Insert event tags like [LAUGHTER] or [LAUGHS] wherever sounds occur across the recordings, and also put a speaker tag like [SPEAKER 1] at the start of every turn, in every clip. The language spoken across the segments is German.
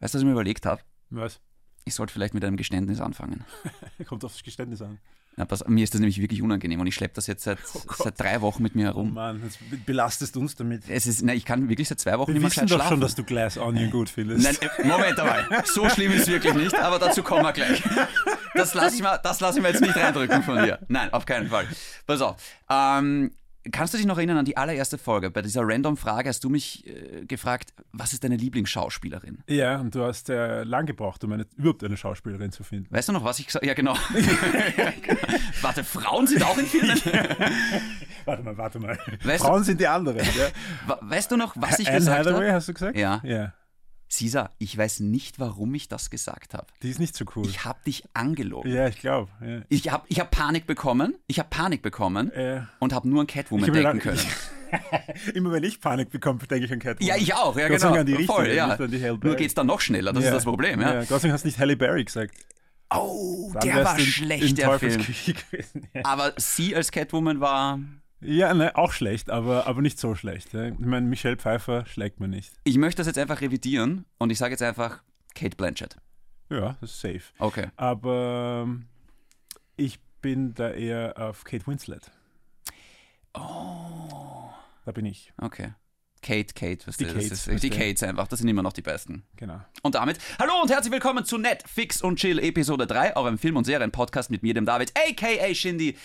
[SPEAKER 1] Weißt du, was ich mir überlegt habe?
[SPEAKER 2] Was? [LAUGHS]
[SPEAKER 1] Ich sollte vielleicht mit einem Geständnis anfangen.
[SPEAKER 2] Kommt aufs Geständnis an.
[SPEAKER 1] Ja, pass, mir ist das nämlich wirklich unangenehm und ich schleppe das jetzt seit,
[SPEAKER 2] Oh Gott.
[SPEAKER 1] seit drei Wochen mit mir
[SPEAKER 2] Oh
[SPEAKER 1] herum.
[SPEAKER 2] Mann, jetzt be- belastest du uns damit.
[SPEAKER 1] Es ist, nein, ich kann wirklich seit zwei Wochen
[SPEAKER 2] Wir
[SPEAKER 1] nicht mehr
[SPEAKER 2] wissen
[SPEAKER 1] gescheit
[SPEAKER 2] doch schon,
[SPEAKER 1] schlafen.
[SPEAKER 2] dass du Glass Onion gut findest.
[SPEAKER 1] Nein, äh, Moment einmal. So schlimm ist es wirklich nicht, aber dazu kommen wir gleich. Das lasse ich, mir- das lass ich mir jetzt nicht reindrücken von dir. Nein, auf keinen Fall. Pass auf. Ähm, kannst du dich noch erinnern an die allererste Folge? Bei dieser Random-Frage hast du mich äh, gefragt, was ist deine Lieblingsschauspielerin?
[SPEAKER 2] Ja, und du hast äh, lang gebraucht, um eine, überhaupt eine Schauspielerin zu finden.
[SPEAKER 1] Weißt du noch, was ich gesagt habe? Ja, genau. [LAUGHS] Warte, Frauen sind auch in Filmen?
[SPEAKER 2] Warte mal, warte mal.
[SPEAKER 1] Weißt du-
[SPEAKER 2] Frauen sind die anderen. Ja?
[SPEAKER 1] [LAUGHS] Wa- Weißt du noch, was ich
[SPEAKER 2] Anne
[SPEAKER 1] gesagt
[SPEAKER 2] Hathaway,
[SPEAKER 1] habe?
[SPEAKER 2] hast du gesagt?
[SPEAKER 1] Ja.
[SPEAKER 2] Ja.
[SPEAKER 1] Caesar, ich weiß nicht, warum ich das gesagt habe.
[SPEAKER 2] Die ist nicht so cool.
[SPEAKER 1] Ich habe dich angelogen.
[SPEAKER 2] ja, ich glaube. Ja.
[SPEAKER 1] Ich habe ich hab Panik bekommen. Ich habe Panik bekommen.
[SPEAKER 2] Äh,
[SPEAKER 1] und habe nur an
[SPEAKER 2] ich
[SPEAKER 1] Catwoman
[SPEAKER 2] hab mir
[SPEAKER 1] denken
[SPEAKER 2] gedacht-
[SPEAKER 1] können.
[SPEAKER 2] [LAUGHS] Immer wenn ich Panik bekomme, denke ich an Catwoman.
[SPEAKER 1] Ja, ich auch, ja
[SPEAKER 2] Gott sei
[SPEAKER 1] genau.
[SPEAKER 2] Dank an die richtige,
[SPEAKER 1] Voll, ja.
[SPEAKER 2] nicht an die Halle
[SPEAKER 1] nur
[SPEAKER 2] Berry.
[SPEAKER 1] geht's dann noch schneller, das ist das Problem, ja.
[SPEAKER 2] ja. Gott sei Dank hast du nicht Halle Berry gesagt.
[SPEAKER 1] Oh,
[SPEAKER 2] Dann
[SPEAKER 1] der
[SPEAKER 2] wärst
[SPEAKER 1] war
[SPEAKER 2] du in,
[SPEAKER 1] schlecht,
[SPEAKER 2] in
[SPEAKER 1] der Film.
[SPEAKER 2] Teufelsküche [LAUGHS] gewesen. Ja,
[SPEAKER 1] Aber sie als Catwoman war,
[SPEAKER 2] ja ne, auch schlecht, aber, aber nicht so schlecht. Ja. Ich meine, Michelle Pfeiffer schlägt man nicht.
[SPEAKER 1] ich möchte das jetzt einfach revidieren und ich sage jetzt einfach Kate Blanchett.
[SPEAKER 2] Ja, das ist safe.
[SPEAKER 1] Okay.
[SPEAKER 2] Aber ähm, ich bin da eher auf Kate Winslet. Oh. Da bin ich,
[SPEAKER 1] Okay. Kate, Kate, was die, das
[SPEAKER 2] Kates,
[SPEAKER 1] ist,
[SPEAKER 2] weißt
[SPEAKER 1] die
[SPEAKER 2] du.
[SPEAKER 1] Kates einfach, das sind immer noch die besten.
[SPEAKER 2] genau.
[SPEAKER 1] Und damit, hallo und herzlich willkommen zu Netflix und Chill Episode 3, eurem Film- und Serien-Podcast mit mir, dem David, a.k.a. Shindy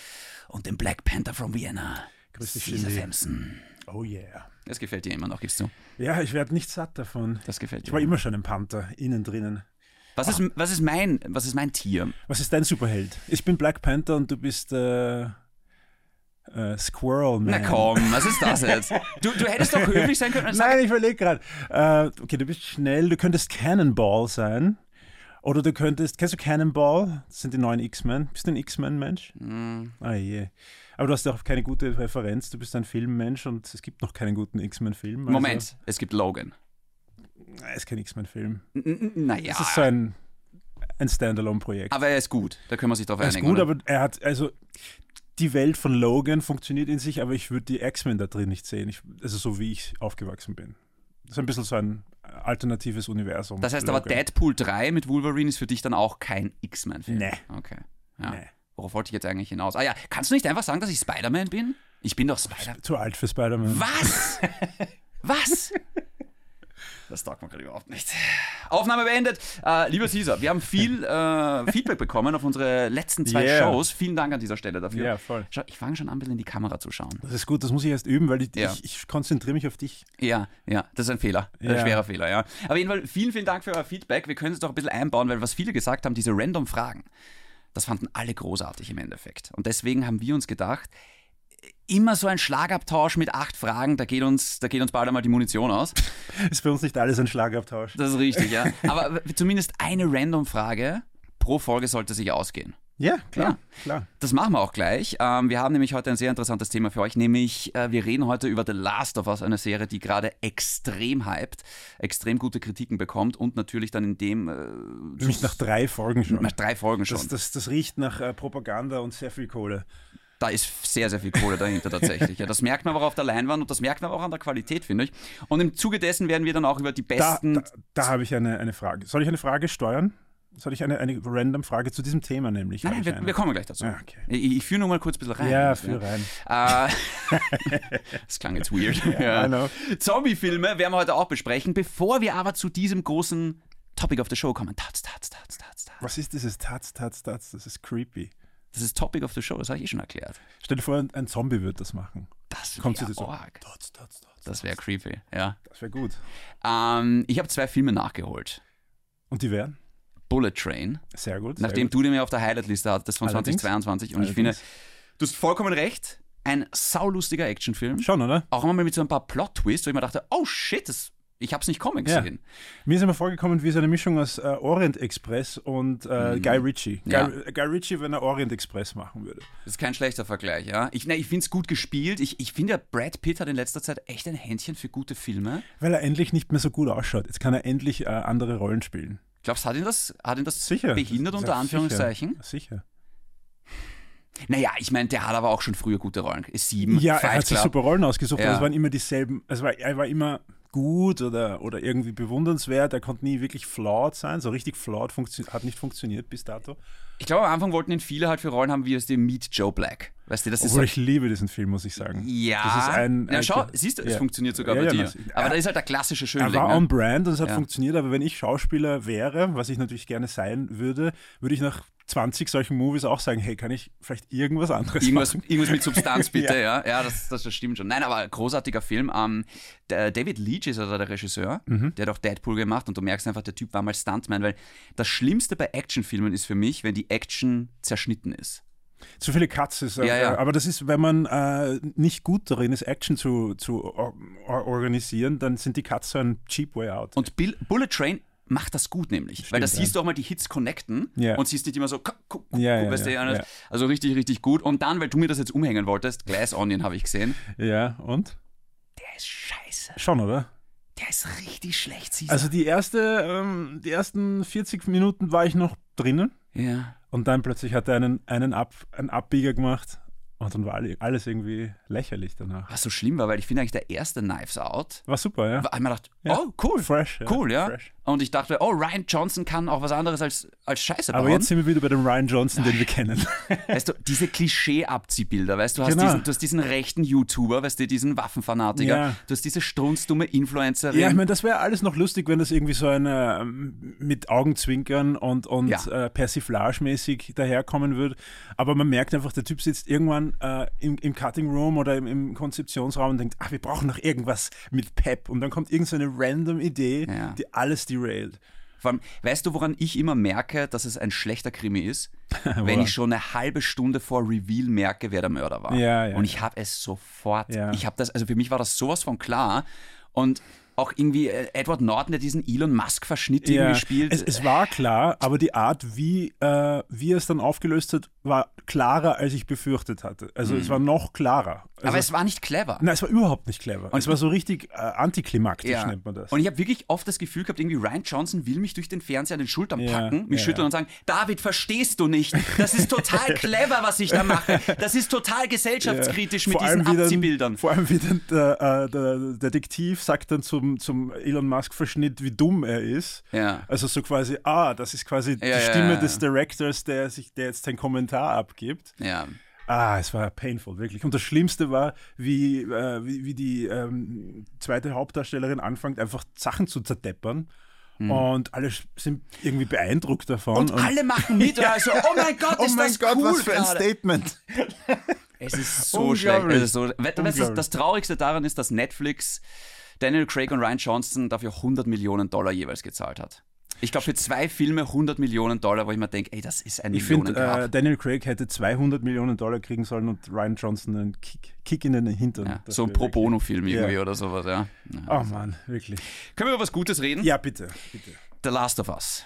[SPEAKER 1] und dem Black Panther from Vienna,
[SPEAKER 2] Grüß dich,
[SPEAKER 1] Caesar
[SPEAKER 2] Shindy.
[SPEAKER 1] Sampson.
[SPEAKER 2] Oh yeah.
[SPEAKER 1] Das gefällt dir immer noch, gibst du?
[SPEAKER 2] Ja, ich werde nicht satt davon.
[SPEAKER 1] Das gefällt
[SPEAKER 2] Ich
[SPEAKER 1] dir.
[SPEAKER 2] war immer schon ein Panther, innen drinnen.
[SPEAKER 1] Was ist, was ist mein, was ist mein Tier?
[SPEAKER 2] Was ist dein Superheld? Ich bin Black Panther und du bist äh, äh, Squirrel Man.
[SPEAKER 1] Na komm, was ist das jetzt? Du, du hättest
[SPEAKER 2] [LAUGHS]
[SPEAKER 1] doch höflich sein können und sagen,
[SPEAKER 2] Nein, ich überlege gerade. Äh, okay, du bist schnell. Du könntest Cannonball sein. Oder du könntest, kennst du Cannonball? Das sind die neuen X-Men. Bist du ein X-Men-Mensch? Ah je. Aber du hast ja auch keine gute Referenz. Du bist ein Filmmensch und es gibt noch keinen guten X-Men-Film. Also,
[SPEAKER 1] Moment, es gibt Logan.
[SPEAKER 2] Es ist kein X-Men-Film.
[SPEAKER 1] N- n- Naja,
[SPEAKER 2] Es ist so ein, ein Standalone-Projekt.
[SPEAKER 1] aber er ist gut, da können wir sich drauf
[SPEAKER 2] Er ist
[SPEAKER 1] einigen.
[SPEAKER 2] gut,
[SPEAKER 1] oder?
[SPEAKER 2] aber er hat, also die Welt von Logan funktioniert in sich, aber ich würde die X-Men da drin nicht sehen. Ich, also so wie ich aufgewachsen bin. Das ist ein bisschen so ein alternatives Universum.
[SPEAKER 1] das heißt aber,
[SPEAKER 2] Logan.
[SPEAKER 1] Deadpool 3 mit Wolverine ist für dich dann auch kein X-Men-Film.
[SPEAKER 2] Nee.
[SPEAKER 1] Okay. Ja.
[SPEAKER 2] Nee.
[SPEAKER 1] Worauf wollte ich jetzt eigentlich hinaus? Ah ja, kannst du nicht einfach sagen, dass ich Spider-Man bin? Ich bin doch Spider-Man.
[SPEAKER 2] Zu alt für Spider-Man. [LAUGHS]
[SPEAKER 1] Was? Was? Das taugt man gerade überhaupt nicht. Aufnahme beendet. Äh, lieber Caesar, wir haben
[SPEAKER 2] [LAUGHS]
[SPEAKER 1] viel äh, Feedback bekommen auf unsere letzten zwei
[SPEAKER 2] Yeah.
[SPEAKER 1] Shows. Vielen Dank an dieser Stelle dafür.
[SPEAKER 2] Ja, voll.
[SPEAKER 1] Schau, ich fange schon an, ein bisschen in die Kamera zu schauen.
[SPEAKER 2] Das ist gut, das muss ich erst üben, weil ich,
[SPEAKER 1] Ja.
[SPEAKER 2] ich, ich konzentriere mich auf dich. [LAUGHS]
[SPEAKER 1] Ja, ja, das ist ein Fehler. Ein
[SPEAKER 2] Ja.
[SPEAKER 1] schwerer Fehler, ja. Aber jedenfalls vielen, vielen Dank für euer Feedback. Wir können es doch ein bisschen einbauen, weil was viele gesagt haben, diese random Fragen, das fanden alle großartig im Endeffekt. Und deswegen haben wir uns gedacht, immer so ein Schlagabtausch mit acht Fragen, da geht uns, da geht uns bald einmal die Munition aus.
[SPEAKER 2] Ist bei uns nicht alles ein Schlagabtausch.
[SPEAKER 1] Das ist richtig, ja. Aber zumindest eine random Frage pro Folge sollte sich ausgehen.
[SPEAKER 2] Ja, klar,
[SPEAKER 1] Ja.
[SPEAKER 2] klar.
[SPEAKER 1] Das machen wir auch gleich. Ähm, wir haben nämlich heute ein sehr interessantes Thema für euch, nämlich äh, wir reden heute über The Last of Us, eine Serie, die gerade extrem hypt, extrem gute Kritiken bekommt und natürlich dann in dem
[SPEAKER 2] Mich nach drei Folgen
[SPEAKER 1] äh,
[SPEAKER 2] schon.
[SPEAKER 1] nach drei Folgen schon.
[SPEAKER 2] Das, das, das riecht nach äh, Propaganda und sehr viel Kohle.
[SPEAKER 1] da ist sehr, sehr viel Kohle dahinter tatsächlich. Ja, das merkt man aber auch auf der Leinwand und das merkt man aber auch an der Qualität, finde ich. Und im Zuge dessen werden wir dann auch über die
[SPEAKER 2] Da,
[SPEAKER 1] besten.
[SPEAKER 2] da, da habe ich eine, eine Frage. Soll ich eine Frage steuern? Soll ich eine, eine random Frage zu diesem Thema nämlich?
[SPEAKER 1] nein,
[SPEAKER 2] habe
[SPEAKER 1] nein,
[SPEAKER 2] ich
[SPEAKER 1] wir,
[SPEAKER 2] eine.
[SPEAKER 1] wir kommen gleich dazu.
[SPEAKER 2] Ah, okay.
[SPEAKER 1] Ich, ich führe nur mal kurz ein bisschen rein.
[SPEAKER 2] Ja, für rein.
[SPEAKER 1] Äh, [LAUGHS] das klang jetzt weird.
[SPEAKER 2] I know.
[SPEAKER 1] Zombie-Filme werden wir heute auch besprechen, bevor wir aber zu diesem großen Topic of the Show kommen. Tats, tats, tats, tats, tats.
[SPEAKER 2] Was ist dieses Taz, Taz, Taz? Das ist creepy.
[SPEAKER 1] Das ist Topic of the Show, das habe ich eh schon erklärt.
[SPEAKER 2] Stell dir vor, ein, ein Zombie wird das machen.
[SPEAKER 1] Das
[SPEAKER 2] Kommt zu dir
[SPEAKER 1] wäre
[SPEAKER 2] so.
[SPEAKER 1] arg.
[SPEAKER 2] Taz, Taz, Taz.
[SPEAKER 1] Das wäre creepy, ja.
[SPEAKER 2] Das wäre gut.
[SPEAKER 1] Ähm, ich habe zwei Filme nachgeholt.
[SPEAKER 2] Und die wären?
[SPEAKER 1] Bullet Train,
[SPEAKER 2] Sehr gut. Sehr
[SPEAKER 1] nachdem
[SPEAKER 2] gut.
[SPEAKER 1] du den mir auf der Highlight-Liste hattest von
[SPEAKER 2] Allerdings.
[SPEAKER 1] 2022. Und ich finde,
[SPEAKER 2] Allerdings.
[SPEAKER 1] du hast vollkommen recht. Ein saulustiger Actionfilm.
[SPEAKER 2] Schon, oder?
[SPEAKER 1] Auch immer mit so ein paar Plot-Twists, wo ich mir dachte, oh shit, das, ich hab's nicht kommen
[SPEAKER 2] Ja.
[SPEAKER 1] gesehen.
[SPEAKER 2] Mir ist immer vorgekommen, wie so eine Mischung aus äh, Orient Express und äh, Guy Ritchie. Guy,
[SPEAKER 1] Mhm.
[SPEAKER 2] äh,
[SPEAKER 1] Ja.
[SPEAKER 2] Guy Ritchie, wenn er Orient Express machen würde.
[SPEAKER 1] Das ist kein schlechter Vergleich, ja. Ich, ne, ich finde es gut gespielt. Ich, ich finde, ja, Brad Pitt hat in letzter Zeit echt ein Händchen für gute Filme.
[SPEAKER 2] Weil er endlich nicht mehr so gut ausschaut. Jetzt kann er endlich äh, andere Rollen spielen.
[SPEAKER 1] Glaubst du, hat ihn das, hat ihn das
[SPEAKER 2] Sicher.
[SPEAKER 1] behindert,
[SPEAKER 2] Das ist
[SPEAKER 1] unter
[SPEAKER 2] ja
[SPEAKER 1] Anführungszeichen?
[SPEAKER 2] Sicher. sicher.
[SPEAKER 1] Naja, ich meine, der hat aber auch schon früher gute Rollen. Sieben,
[SPEAKER 2] Ja, er
[SPEAKER 1] Fight
[SPEAKER 2] hat sich
[SPEAKER 1] Club.
[SPEAKER 2] super Rollen ausgesucht,
[SPEAKER 1] Ja.
[SPEAKER 2] aber es waren immer dieselben. Es war, er war immer gut oder, oder irgendwie bewundernswert. Er konnte nie wirklich flawed sein. So richtig flawed hat nicht funktioniert bis dato.
[SPEAKER 1] Ich glaube, am Anfang wollten ihn viele halt für Rollen haben, wie das die Meet Joe Black. Weißt du, das ist
[SPEAKER 2] Obwohl
[SPEAKER 1] so-
[SPEAKER 2] ich liebe diesen Film, muss ich sagen.
[SPEAKER 1] ja.
[SPEAKER 2] Das ist ein,
[SPEAKER 1] ja,
[SPEAKER 2] ein
[SPEAKER 1] schau, siehst du, es
[SPEAKER 2] Ja.
[SPEAKER 1] funktioniert sogar
[SPEAKER 2] Ja,
[SPEAKER 1] bei
[SPEAKER 2] ja,
[SPEAKER 1] dir.
[SPEAKER 2] das-
[SPEAKER 1] aber das ist halt der klassische
[SPEAKER 2] Er
[SPEAKER 1] Schönling.
[SPEAKER 2] war
[SPEAKER 1] Ne?
[SPEAKER 2] on brand und es hat
[SPEAKER 1] Ja.
[SPEAKER 2] funktioniert, aber wenn ich Schauspieler wäre, was ich natürlich gerne sein würde, würde ich nach 20 solchen Movies auch sagen, hey, kann ich vielleicht irgendwas anderes
[SPEAKER 1] Irgendwas,
[SPEAKER 2] machen?
[SPEAKER 1] irgendwas mit
[SPEAKER 2] [LAUGHS]
[SPEAKER 1] Substanz bitte, ja. Ja, das, das, das stimmt schon. Nein, aber großartiger Film. Ähm, der David Leach ist oder der Regisseur,
[SPEAKER 2] Mhm.
[SPEAKER 1] der hat auch Deadpool gemacht und du merkst einfach, der Typ war mal Stuntman, weil das Schlimmste bei Actionfilmen ist für mich, wenn die Action zerschnitten ist.
[SPEAKER 2] Zu viele Cuts ist,
[SPEAKER 1] Ja,
[SPEAKER 2] äh,
[SPEAKER 1] ja.
[SPEAKER 2] aber das ist, wenn man äh, nicht gut darin ist, Action zu, zu or or- organisieren, dann sind die Cuts so ein cheap way out.
[SPEAKER 1] Und Bill, Bullet Train macht das gut nämlich, weil das
[SPEAKER 2] ja.
[SPEAKER 1] siehst du auch mal die Hits connecten
[SPEAKER 2] Ja.
[SPEAKER 1] und siehst nicht immer so, kuck, kuck, kuck,
[SPEAKER 2] Ja,
[SPEAKER 1] kuck,
[SPEAKER 2] ja,
[SPEAKER 1] weißt du,
[SPEAKER 2] ja,
[SPEAKER 1] einer-
[SPEAKER 2] ja.
[SPEAKER 1] also richtig, richtig gut. Und dann, weil du mir das jetzt umhängen wolltest, Glass Onion habe ich gesehen.
[SPEAKER 2] Ja, und?
[SPEAKER 1] Der ist scheiße.
[SPEAKER 2] Schon, oder?
[SPEAKER 1] Der ist richtig schlecht. Caesar.
[SPEAKER 2] Also die erste, ähm, die ersten 40 Minuten war ich noch drinnen
[SPEAKER 1] ja.
[SPEAKER 2] und dann plötzlich hat er einen, einen, Ab einen Abbieger gemacht und dann war alle- alles irgendwie lächerlich danach.
[SPEAKER 1] Was so schlimm war, weil ich finde eigentlich der erste Knives Out,
[SPEAKER 2] War super, ja.
[SPEAKER 1] war einmal dachte,
[SPEAKER 2] Ja.
[SPEAKER 1] oh cool,
[SPEAKER 2] Fresh. Ja.
[SPEAKER 1] cool, ja.
[SPEAKER 2] Fresh.
[SPEAKER 1] Und ich dachte, oh, Ryan Johnson kann auch was anderes als, als Scheiße bauen.
[SPEAKER 2] Aber jetzt sind wir wieder bei dem Ryan Johnson, den wir kennen.
[SPEAKER 1] Weißt du, diese Klischee-Abziehbilder, weißt du, du hast,
[SPEAKER 2] Genau.
[SPEAKER 1] diesen, du hast diesen rechten YouTuber, weißt du, diesen Waffenfanatiker,
[SPEAKER 2] Ja.
[SPEAKER 1] du hast diese strunzdumme Influencerin.
[SPEAKER 2] Ja, ich meine, das wäre alles noch lustig, wenn das irgendwie so eine ähm, mit Augenzwinkern und, und
[SPEAKER 1] Ja.
[SPEAKER 2] äh, Persiflage-mäßig daherkommen würde. Aber man merkt einfach, der Typ sitzt irgendwann äh, im, im Cutting Room oder im, im Konzeptionsraum und denkt, ach, wir brauchen noch irgendwas mit Pep. Und dann kommt irgendeine random Idee,
[SPEAKER 1] Ja.
[SPEAKER 2] die alles derailt.
[SPEAKER 1] Vor allem, weißt du, woran ich immer merke, dass es ein schlechter Krimi
[SPEAKER 2] [LAUGHS]
[SPEAKER 1] ist? wenn ich schon eine halbe Stunde vor Reveal merke, wer der Mörder war.
[SPEAKER 2] Ja, ja,
[SPEAKER 1] und ich habe es sofort.
[SPEAKER 2] Ja.
[SPEAKER 1] Ich habe das, also für mich war das sowas von klar. Und auch irgendwie äh, Edward Norton, der diesen Elon Musk-Verschnitt
[SPEAKER 2] Ja,
[SPEAKER 1] irgendwie spielt.
[SPEAKER 2] Es, es war klar, aber die Art, wie, äh, wie er es dann aufgelöst hat, war klarer, als ich befürchtet hatte. Also es war noch klarer. Also,
[SPEAKER 1] Mhm. aber es war nicht clever.
[SPEAKER 2] Nein, es war überhaupt nicht clever. Und es war so richtig äh, antiklimaktisch,
[SPEAKER 1] Ja.
[SPEAKER 2] nennt man das.
[SPEAKER 1] Und ich habe wirklich oft das Gefühl gehabt, irgendwie Ryan Johnson will mich durch den Fernseher an den Schultern
[SPEAKER 2] Ja,
[SPEAKER 1] packen, mich
[SPEAKER 2] ja,
[SPEAKER 1] schütteln
[SPEAKER 2] ja.
[SPEAKER 1] und sagen, David, verstehst du nicht? Das ist total
[SPEAKER 2] [LAUGHS]
[SPEAKER 1] clever, was ich da mache. Das ist total gesellschaftskritisch mit
[SPEAKER 2] Vor allem
[SPEAKER 1] diesen
[SPEAKER 2] wie dann-
[SPEAKER 1] Abziehbildern.
[SPEAKER 2] Vor allem wie dann der, äh, der Detektiv sagt dann zum, zum Elon Musk-Verschnitt, wie dumm er ist.
[SPEAKER 1] Ja.
[SPEAKER 2] Also so quasi, ah, das ist quasi
[SPEAKER 1] ja,
[SPEAKER 2] die Stimme
[SPEAKER 1] ja.
[SPEAKER 2] des Directors, der, sich, der jetzt seinen Kommentar abgibt.
[SPEAKER 1] Ja.
[SPEAKER 2] Ah, es war painful, wirklich. Und das Schlimmste war, wie, äh, wie, wie die ähm, zweite Hauptdarstellerin anfängt, einfach Sachen zu zerdeppern. Und alle sch- sind irgendwie beeindruckt davon.
[SPEAKER 1] Hm. Und, alle machen
[SPEAKER 2] [LAUGHS]
[SPEAKER 1] mit. Also, oh mein Gott,
[SPEAKER 2] Oh
[SPEAKER 1] ist
[SPEAKER 2] mein
[SPEAKER 1] das
[SPEAKER 2] Gott,
[SPEAKER 1] cool
[SPEAKER 2] was für ein
[SPEAKER 1] gerade.
[SPEAKER 2] Statement.
[SPEAKER 1] Es ist so
[SPEAKER 2] Unglaublich.
[SPEAKER 1] schlecht. Es ist so, we- weißt du, das,
[SPEAKER 2] Unglaublich.
[SPEAKER 1] das Traurigste daran ist, dass Netflix Daniel Craig und Ryan Johnson dafür 100 Millionen Dollar jeweils gezahlt hat. Ich glaube, für zwei Filme 100 Millionen Dollar, wo ich mir denke, ey, das ist ein
[SPEAKER 2] Ich finde,
[SPEAKER 1] Millionengrab.
[SPEAKER 2] äh, Daniel Craig hätte 200 Millionen Dollar kriegen sollen und Ryan Johnson einen Kick, Kick in den Hintern.
[SPEAKER 1] ja,
[SPEAKER 2] Das
[SPEAKER 1] so ein
[SPEAKER 2] wär
[SPEAKER 1] Pro
[SPEAKER 2] wirklich-
[SPEAKER 1] Bono-Film irgendwie
[SPEAKER 2] Ja.
[SPEAKER 1] oder sowas, ja. ja.
[SPEAKER 2] Oh Mann, wirklich.
[SPEAKER 1] Können wir über was Gutes reden?
[SPEAKER 2] Ja, bitte, bitte.
[SPEAKER 1] The Last of Us.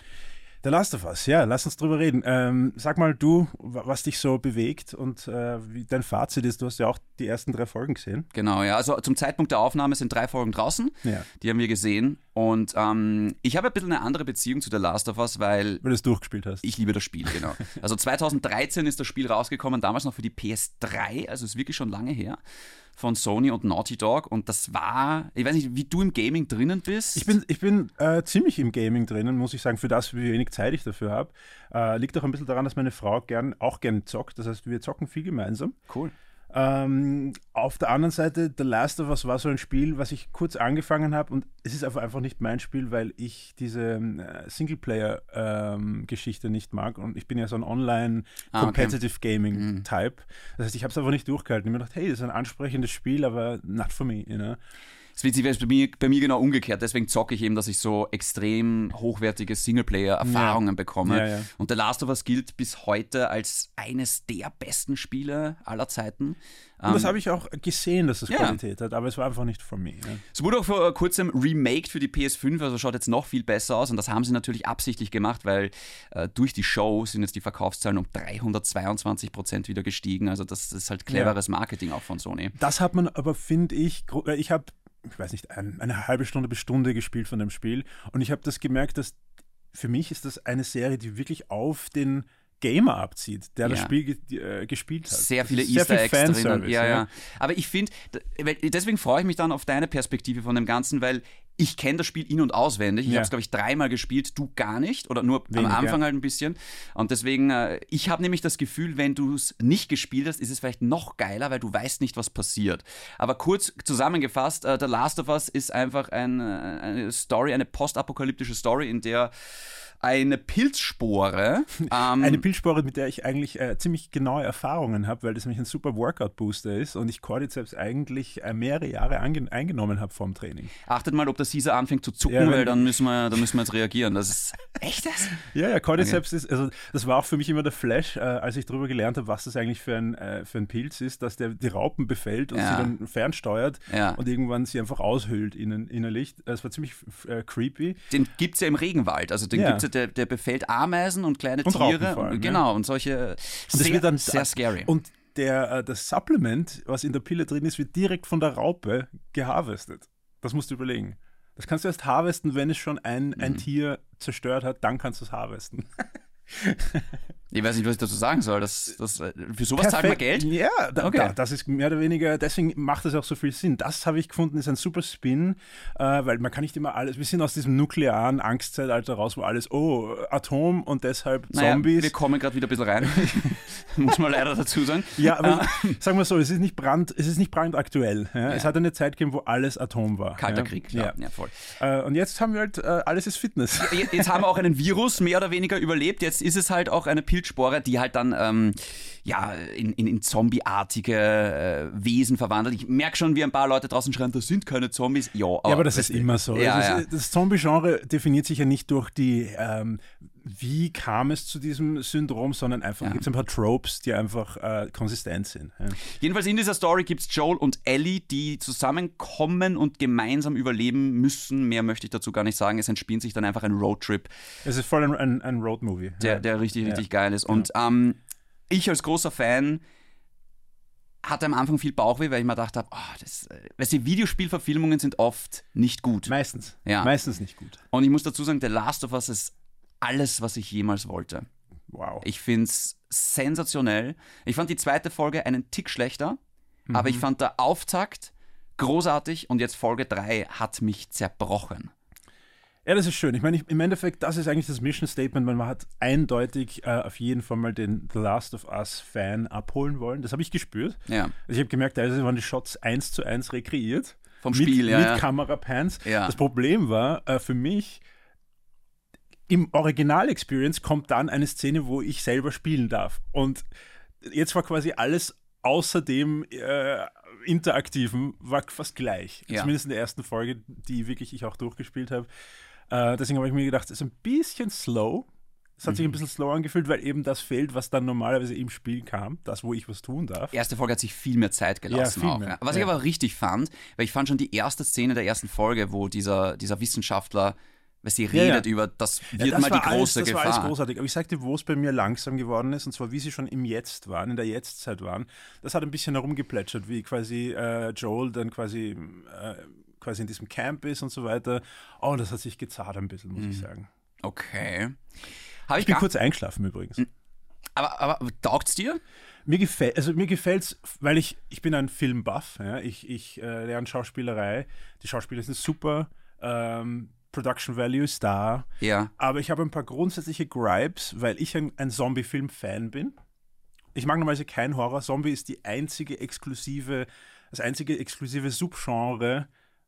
[SPEAKER 2] The Last of Us, ja, lass uns drüber reden. Ähm, sag mal du, wa- was dich so bewegt und äh, wie dein Fazit ist. Du hast ja auch die ersten drei Folgen gesehen.
[SPEAKER 1] Genau, ja. Also zum Zeitpunkt der Aufnahme sind drei Folgen draußen.
[SPEAKER 2] Ja.
[SPEAKER 1] Die haben wir gesehen. Und ähm, ich habe ein bisschen eine andere Beziehung zu The Last of Us, weil
[SPEAKER 2] Weil du es durchgespielt hast.
[SPEAKER 1] Ich liebe das Spiel,
[SPEAKER 2] [LAUGHS]
[SPEAKER 1] genau. Also 2013 ist das Spiel rausgekommen, damals noch für die PS3, also ist wirklich schon lange her, von Sony und Naughty Dog. Und das war, ich weiß nicht, wie du im Gaming drinnen bist.
[SPEAKER 2] Ich bin, ich bin äh, ziemlich im Gaming drinnen, muss ich sagen, für das, wie wenig Zeit ich dafür habe. Äh, liegt auch ein bisschen daran, dass meine Frau gern, auch gern zockt. Das heißt, wir zocken viel gemeinsam.
[SPEAKER 1] cool.
[SPEAKER 2] Ähm, auf der anderen Seite, The Last of Us war so ein Spiel, was ich kurz angefangen habe und es ist einfach, einfach nicht mein Spiel, weil ich diese äh, Singleplayer-Geschichte nicht mag und ich bin ja so ein
[SPEAKER 1] Ah, okay. Mhm.
[SPEAKER 2] Online-Competitive Gaming-Type. Das heißt, ich habe es einfach nicht durchgehalten. Ich mir gedacht, hey, das ist ein ansprechendes Spiel, aber not for me. You know?
[SPEAKER 1] Das ist witzig, weil es bei mir, bei mir genau umgekehrt. Deswegen zocke ich eben, dass ich so extrem hochwertige Singleplayer-Erfahrungen bekomme.
[SPEAKER 2] Ja, ja.
[SPEAKER 1] Und The Last of Us gilt bis heute als eines der besten Spiele aller Zeiten. Ähm,
[SPEAKER 2] Und das habe ich auch gesehen, dass es
[SPEAKER 1] Ah. ja.
[SPEAKER 2] Qualität hat, aber es war einfach nicht for me. Ne?
[SPEAKER 1] Es wurde auch vor äh, kurzem remaked für die PS5, also schaut jetzt noch viel besser aus. Und das haben sie natürlich absichtlich gemacht, weil äh, durch die Show sind jetzt die Verkaufszahlen um 322 Prozent wieder gestiegen. Also das ist halt cleveres Marketing auch von Sony.
[SPEAKER 2] Das hat man aber, finde ich, gro- weil ich habe, ich weiß nicht, ein, eine halbe Stunde bis Stunde gespielt von dem Spiel und ich habe das gemerkt, dass für mich ist das eine Serie, die wirklich auf den Gamer abzieht, der das
[SPEAKER 1] Ja.
[SPEAKER 2] Spiel ge äh, gespielt hat.
[SPEAKER 1] Sehr viele
[SPEAKER 2] Sehr viel
[SPEAKER 1] Easter Eggs drin.
[SPEAKER 2] Fanservice,
[SPEAKER 1] Ja,
[SPEAKER 2] ja.
[SPEAKER 1] ja. Aber ich finde, deswegen freue ich mich dann auf deine Perspektive von dem Ganzen, weil ich kenne das Spiel in- und auswendig. Ich
[SPEAKER 2] Ja.
[SPEAKER 1] habe es, glaube ich, dreimal gespielt, du gar nicht oder nur
[SPEAKER 2] Wenig,
[SPEAKER 1] am Anfang
[SPEAKER 2] ja.
[SPEAKER 1] halt ein bisschen. Und deswegen, äh, ich habe nämlich das Gefühl, wenn du es nicht gespielt hast, ist es vielleicht noch geiler, weil du weißt nicht, was passiert. Aber kurz zusammengefasst, äh, The Last of Us ist einfach ein, äh, eine Story, eine postapokalyptische Story, in der eine
[SPEAKER 2] [LAUGHS]
[SPEAKER 1] Pilzspore ähm,
[SPEAKER 2] Eine Pilzspore, mit der ich eigentlich äh, ziemlich genaue Erfahrungen habe, weil das nämlich ein super Workout-Booster ist und ich Cordyceps eigentlich äh, mehrere Jahre ange- eingenommen habe vorm Training.
[SPEAKER 1] Achtet mal, ob der Caesar anfängt zu zucken,
[SPEAKER 2] Ja, wenn-
[SPEAKER 1] weil
[SPEAKER 2] [LAUGHS]
[SPEAKER 1] dann müssen, wir, dann müssen wir jetzt reagieren. Das ist echt das?
[SPEAKER 2] Ja, ja, Cordyceps ist, also das war auch für mich immer der Flash, äh, als ich darüber gelernt habe, was das eigentlich für ein, äh, für ein Pilz ist, dass der die Raupen befällt und
[SPEAKER 1] Ja.
[SPEAKER 2] sie dann fernsteuert
[SPEAKER 1] Ja.
[SPEAKER 2] und irgendwann sie einfach aushöhlt innen, innerlich. Es war ziemlich f- äh, creepy.
[SPEAKER 1] Den gibt es ja im Regenwald. Also den
[SPEAKER 2] Ja.
[SPEAKER 1] gibt's ja, der, der befällt Ameisen und kleine
[SPEAKER 2] Und Raupen
[SPEAKER 1] Tiere.
[SPEAKER 2] vor allem,
[SPEAKER 1] genau, und solche
[SPEAKER 2] Und das
[SPEAKER 1] sehr,
[SPEAKER 2] wird dann- Oh.
[SPEAKER 1] sehr scary.
[SPEAKER 2] Und der, äh, das Supplement, was in der Pille drin ist, wird direkt von der Raupe geharvestet. Das musst du überlegen. Das kannst du erst harvesten, wenn es schon ein,
[SPEAKER 1] Mhm.
[SPEAKER 2] ein Tier zerstört hat, dann kannst du es harvesten.
[SPEAKER 1] ich weiß nicht, was ich dazu sagen soll. Das, das, für sowas zahlt man
[SPEAKER 2] Perfekt.
[SPEAKER 1] Geld?
[SPEAKER 2] Ja, da,
[SPEAKER 1] Okay.
[SPEAKER 2] da, das ist mehr oder weniger, deswegen macht es auch so viel Sinn. Das habe ich gefunden, ist ein super Spin, äh, weil man kann nicht immer alles, wir sind aus diesem nuklearen Angstzeitalter raus, wo alles, oh, Atom und deshalb
[SPEAKER 1] Naja,
[SPEAKER 2] Zombies.
[SPEAKER 1] wir kommen gerade wieder ein bisschen rein.
[SPEAKER 2] [LAUGHS]
[SPEAKER 1] Muss man leider dazu sagen. [LAUGHS]
[SPEAKER 2] Ja, aber [LAUGHS] sagen wir so, es ist nicht brand, es ist nicht brandaktuell. Ja? Es hat eine Zeit gegeben, wo alles Atom war.
[SPEAKER 1] Kalter
[SPEAKER 2] ja?
[SPEAKER 1] Krieg,
[SPEAKER 2] Ja.
[SPEAKER 1] klar. Ja, voll.
[SPEAKER 2] Äh, und jetzt haben wir halt, äh, alles ist Fitness. [LAUGHS]
[SPEAKER 1] Je- Jetzt haben wir auch einen Virus mehr oder weniger überlebt. Jetzt ist es halt auch eine Pilzspore, die halt dann ähm, ja, in, in, in zombieartige äh, Wesen verwandelt. Ich merke schon, wie ein paar Leute draußen schreien, das sind keine Zombies. Ja,
[SPEAKER 2] Ja, aber das ist immer so.
[SPEAKER 1] Ja,
[SPEAKER 2] das
[SPEAKER 1] ja.
[SPEAKER 2] ist- das Zombie-Genre definiert sich ja nicht durch die, ähm, wie kam es zu diesem Syndrom, sondern einfach gibt's gibt es ein paar Tropes, die einfach äh, konsistent sind. Ja.
[SPEAKER 1] Jedenfalls in dieser Story gibt es Joel und Ellie, die zusammenkommen und gemeinsam überleben müssen. Mehr möchte ich dazu gar nicht sagen. Es entspinnt sich dann einfach ein Roadtrip,
[SPEAKER 2] Es ist voll ein, ein, ein Road-Movie.
[SPEAKER 1] der,
[SPEAKER 2] ja. Genau.
[SPEAKER 1] der richtig, richtig geil ist. Und ähm, ich als großer Fan hatte am Anfang viel Bauchweh, weil ich mir gedacht habe, oh, das, äh, weißt du, Videospielverfilmungen sind oft nicht gut.
[SPEAKER 2] Meistens.
[SPEAKER 1] Ja.
[SPEAKER 2] Meistens nicht gut.
[SPEAKER 1] Und ich muss dazu sagen, The Last of Us ist alles, was ich jemals wollte.
[SPEAKER 2] Wow.
[SPEAKER 1] Ich finde es sensationell. Ich fand die zweite Folge einen Tick schlechter, aber
[SPEAKER 2] Mhm.
[SPEAKER 1] ich fand der Auftakt großartig und jetzt Folge 3 hat mich zerbrochen.
[SPEAKER 2] Ja, das ist schön. Ich meine, ich, im Endeffekt, das ist eigentlich das Mission Statement, weil man hat eindeutig äh, auf jeden Fall mal den The Last of Us-Fan abholen wollen. Das habe ich gespürt.
[SPEAKER 1] Ja.
[SPEAKER 2] Also ich habe gemerkt, teilweise waren die Shots eins zu eins rekreiert.
[SPEAKER 1] Vom
[SPEAKER 2] mit,
[SPEAKER 1] Spiel, ja,
[SPEAKER 2] Mit
[SPEAKER 1] ja.
[SPEAKER 2] Kamerapans.
[SPEAKER 1] Ja.
[SPEAKER 2] Das Problem war äh, für mich, im Original-Experience kommt dann eine Szene, wo ich selber spielen darf. Und jetzt war quasi alles außer dem äh, Interaktiven war fast gleich.
[SPEAKER 1] Ja.
[SPEAKER 2] Zumindest in der ersten Folge, die wirklich ich auch durchgespielt habe. Äh, deswegen habe ich mir gedacht, es ist ein bisschen slow. Es hat sich
[SPEAKER 1] Mhm.
[SPEAKER 2] ein bisschen slow angefühlt, weil eben das fehlt, was dann normalerweise im Spiel kam, das, wo ich was tun darf.
[SPEAKER 1] Erste Folge hat sich viel mehr Zeit gelassen.
[SPEAKER 2] Ja, viel
[SPEAKER 1] auch,
[SPEAKER 2] mehr.
[SPEAKER 1] ja. Was ich
[SPEAKER 2] Ja.
[SPEAKER 1] aber richtig fand, weil ich fand schon die erste Szene der ersten Folge, wo dieser, dieser Wissenschaftler, weil sie
[SPEAKER 2] ja.
[SPEAKER 1] redet über, das wird
[SPEAKER 2] Ja, das
[SPEAKER 1] mal die
[SPEAKER 2] war alles,
[SPEAKER 1] große
[SPEAKER 2] das
[SPEAKER 1] Gefahr.
[SPEAKER 2] War alles großartig. Aber ich sagte, wo es bei mir langsam geworden ist, und zwar wie sie schon im Jetzt waren, in der Jetztzeit waren, das hat ein bisschen herumgeplätschert, wie quasi äh, Joel dann quasi, äh, quasi in diesem Camp ist und so weiter. Oh, das hat sich gezahlt ein bisschen, muss ich
[SPEAKER 1] Mhm.
[SPEAKER 2] sagen.
[SPEAKER 1] Okay. Habe ich,
[SPEAKER 2] Ich bin
[SPEAKER 1] gar,
[SPEAKER 2] kurz eingeschlafen übrigens.
[SPEAKER 1] Mhm. aber, aber taugt's dir?
[SPEAKER 2] Mir gefällt, also mir gefällt's, weil ich, ich bin ein Filmbuff. Ja? Ich, ich äh, lerne Schauspielerei. Die Schauspieler sind super. Ähm, Production Value ist da.
[SPEAKER 1] Ja.
[SPEAKER 2] Aber ich habe ein paar grundsätzliche Gripes, weil ich ein, ein Zombie-Film-Fan bin. Ich mag normalerweise keinen Horror. Zombie ist die einzige exklusive, das einzige exklusive Subgenre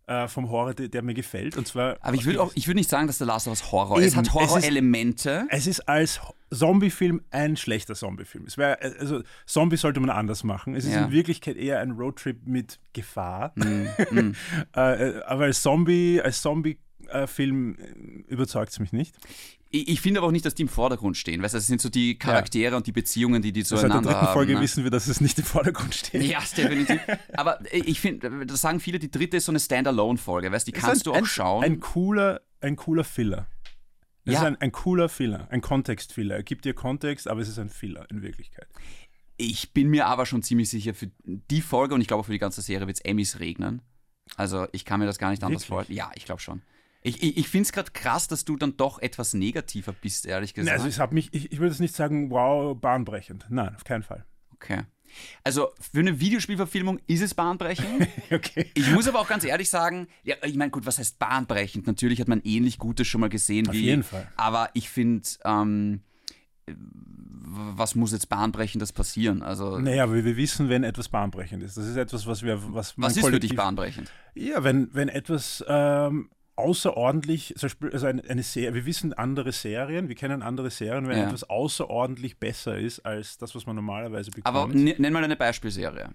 [SPEAKER 2] äh, vom Horror, der, der mir gefällt. Und zwar.
[SPEAKER 1] Aber ich würde auch, ich würde nicht sagen, dass The Last of Us Horror ist. Es
[SPEAKER 2] Eben,
[SPEAKER 1] hat
[SPEAKER 2] es ist-
[SPEAKER 1] Horrorelemente.
[SPEAKER 2] Es ist als Zombie-Film ein schlechter Zombie-Film. Es wäre, also Zombie sollte man anders machen. Es ist
[SPEAKER 1] Ja. Mm,
[SPEAKER 2] in Wirklichkeit eher ein Roadtrip mit Gefahr. [LAUGHS] äh, äh, aber als Zombie, äh, als Zombie-Film überzeugt es mich nicht.
[SPEAKER 1] Ich, ich finde aber auch nicht, dass die im Vordergrund stehen. Weißt du, das sind so die Charaktere und die Beziehungen, die die
[SPEAKER 2] Seit der
[SPEAKER 1] zueinander
[SPEAKER 2] dritten
[SPEAKER 1] haben.
[SPEAKER 2] Folge
[SPEAKER 1] ne?
[SPEAKER 2] wissen wir, dass es nicht im Vordergrund steht.
[SPEAKER 1] Ja,
[SPEAKER 2] [LAUGHS]
[SPEAKER 1] definitiv. Aber äh, ich finde, das sagen viele, die dritte ist so eine Standalone-Folge, weißt du, die
[SPEAKER 2] Es
[SPEAKER 1] kannst
[SPEAKER 2] ist
[SPEAKER 1] du
[SPEAKER 2] ein,
[SPEAKER 1] auch
[SPEAKER 2] ein,
[SPEAKER 1] schauen.
[SPEAKER 2] Ein cooler, ein cooler Filler. Es
[SPEAKER 1] Ja.
[SPEAKER 2] ist ein, ein cooler Filler, ein Kontext-Filler. Er gibt dir Kontext, aber es ist ein Filler in Wirklichkeit.
[SPEAKER 1] ich bin mir aber schon ziemlich sicher, für die Folge und ich glaube auch für die ganze Serie wird es Emmys regnen. Also ich kann mir das gar nicht anders
[SPEAKER 2] Wirklich?
[SPEAKER 1] vorstellen. Ja, ich glaube schon. Ich, ich, ich finde es gerade krass, dass du dann doch etwas negativer bist, ehrlich
[SPEAKER 2] Na,
[SPEAKER 1] gesagt.
[SPEAKER 2] also es hat mich, ich, ich würde es nicht sagen, wow, bahnbrechend. Nein, auf
[SPEAKER 1] [LAUGHS]
[SPEAKER 2] keinen Fall.
[SPEAKER 1] okay. Also für eine Videospielverfilmung ist es bahnbrechend.
[SPEAKER 2] Okay.
[SPEAKER 1] Ich muss aber auch ganz ehrlich sagen, ja, ich meine, gut, was heißt bahnbrechend? Natürlich hat man ähnlich Gutes schon mal gesehen. Auf wie,
[SPEAKER 2] jeden Fall.
[SPEAKER 1] Aber ich finde, ähm, w- was muss jetzt bahnbrechendes passieren? Also,
[SPEAKER 2] Naja, aber wir wissen, wenn etwas bahnbrechend ist. Das ist etwas, was wir, was man
[SPEAKER 1] was ist für dich
[SPEAKER 2] kollektiv-
[SPEAKER 1] bahnbrechend?
[SPEAKER 2] Ja, wenn, wenn etwas ähm, außerordentlich, zum Beispiel, also eine, eine Serie, wir wissen andere Serien, wir kennen andere Serien, wenn
[SPEAKER 1] Ja.
[SPEAKER 2] etwas außerordentlich besser ist als das, was man normalerweise
[SPEAKER 1] Aber
[SPEAKER 2] bekommt.
[SPEAKER 1] n- nenn mal eine Beispielserie.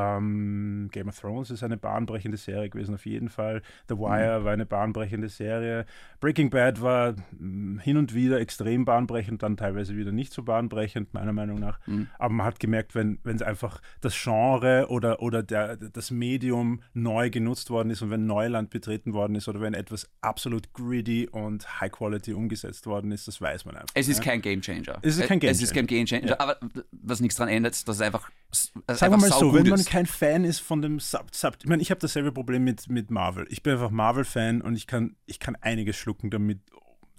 [SPEAKER 2] ähm, Game of Thrones ist eine bahnbrechende Serie gewesen, auf jeden Fall. The Wire war eine bahnbrechende Serie. Breaking Bad war mh, hin und wieder extrem bahnbrechend, dann teilweise wieder nicht so bahnbrechend, meiner Meinung nach. Aber man hat gemerkt, wenn wenn es einfach das Genre oder, oder der, das Medium neu genutzt worden ist und wenn Neuland betreten worden ist oder wenn etwas absolut gritty und high quality umgesetzt worden ist, das weiß man einfach.
[SPEAKER 1] Es ist kein Gamechanger.
[SPEAKER 2] Es ist kein
[SPEAKER 1] Es ist kein Gamechanger, aber was nichts dran ändert, dass es einfach, s- also
[SPEAKER 2] Sagen wir
[SPEAKER 1] einfach
[SPEAKER 2] mal so,
[SPEAKER 1] saugut
[SPEAKER 2] wenn man
[SPEAKER 1] ist.
[SPEAKER 2] kein Fan ist von dem Sub, Sub ich meine, ich habe dasselbe Problem mit, mit Marvel. Ich bin einfach Marvel-Fan und ich kann, ich kann einiges schlucken damit,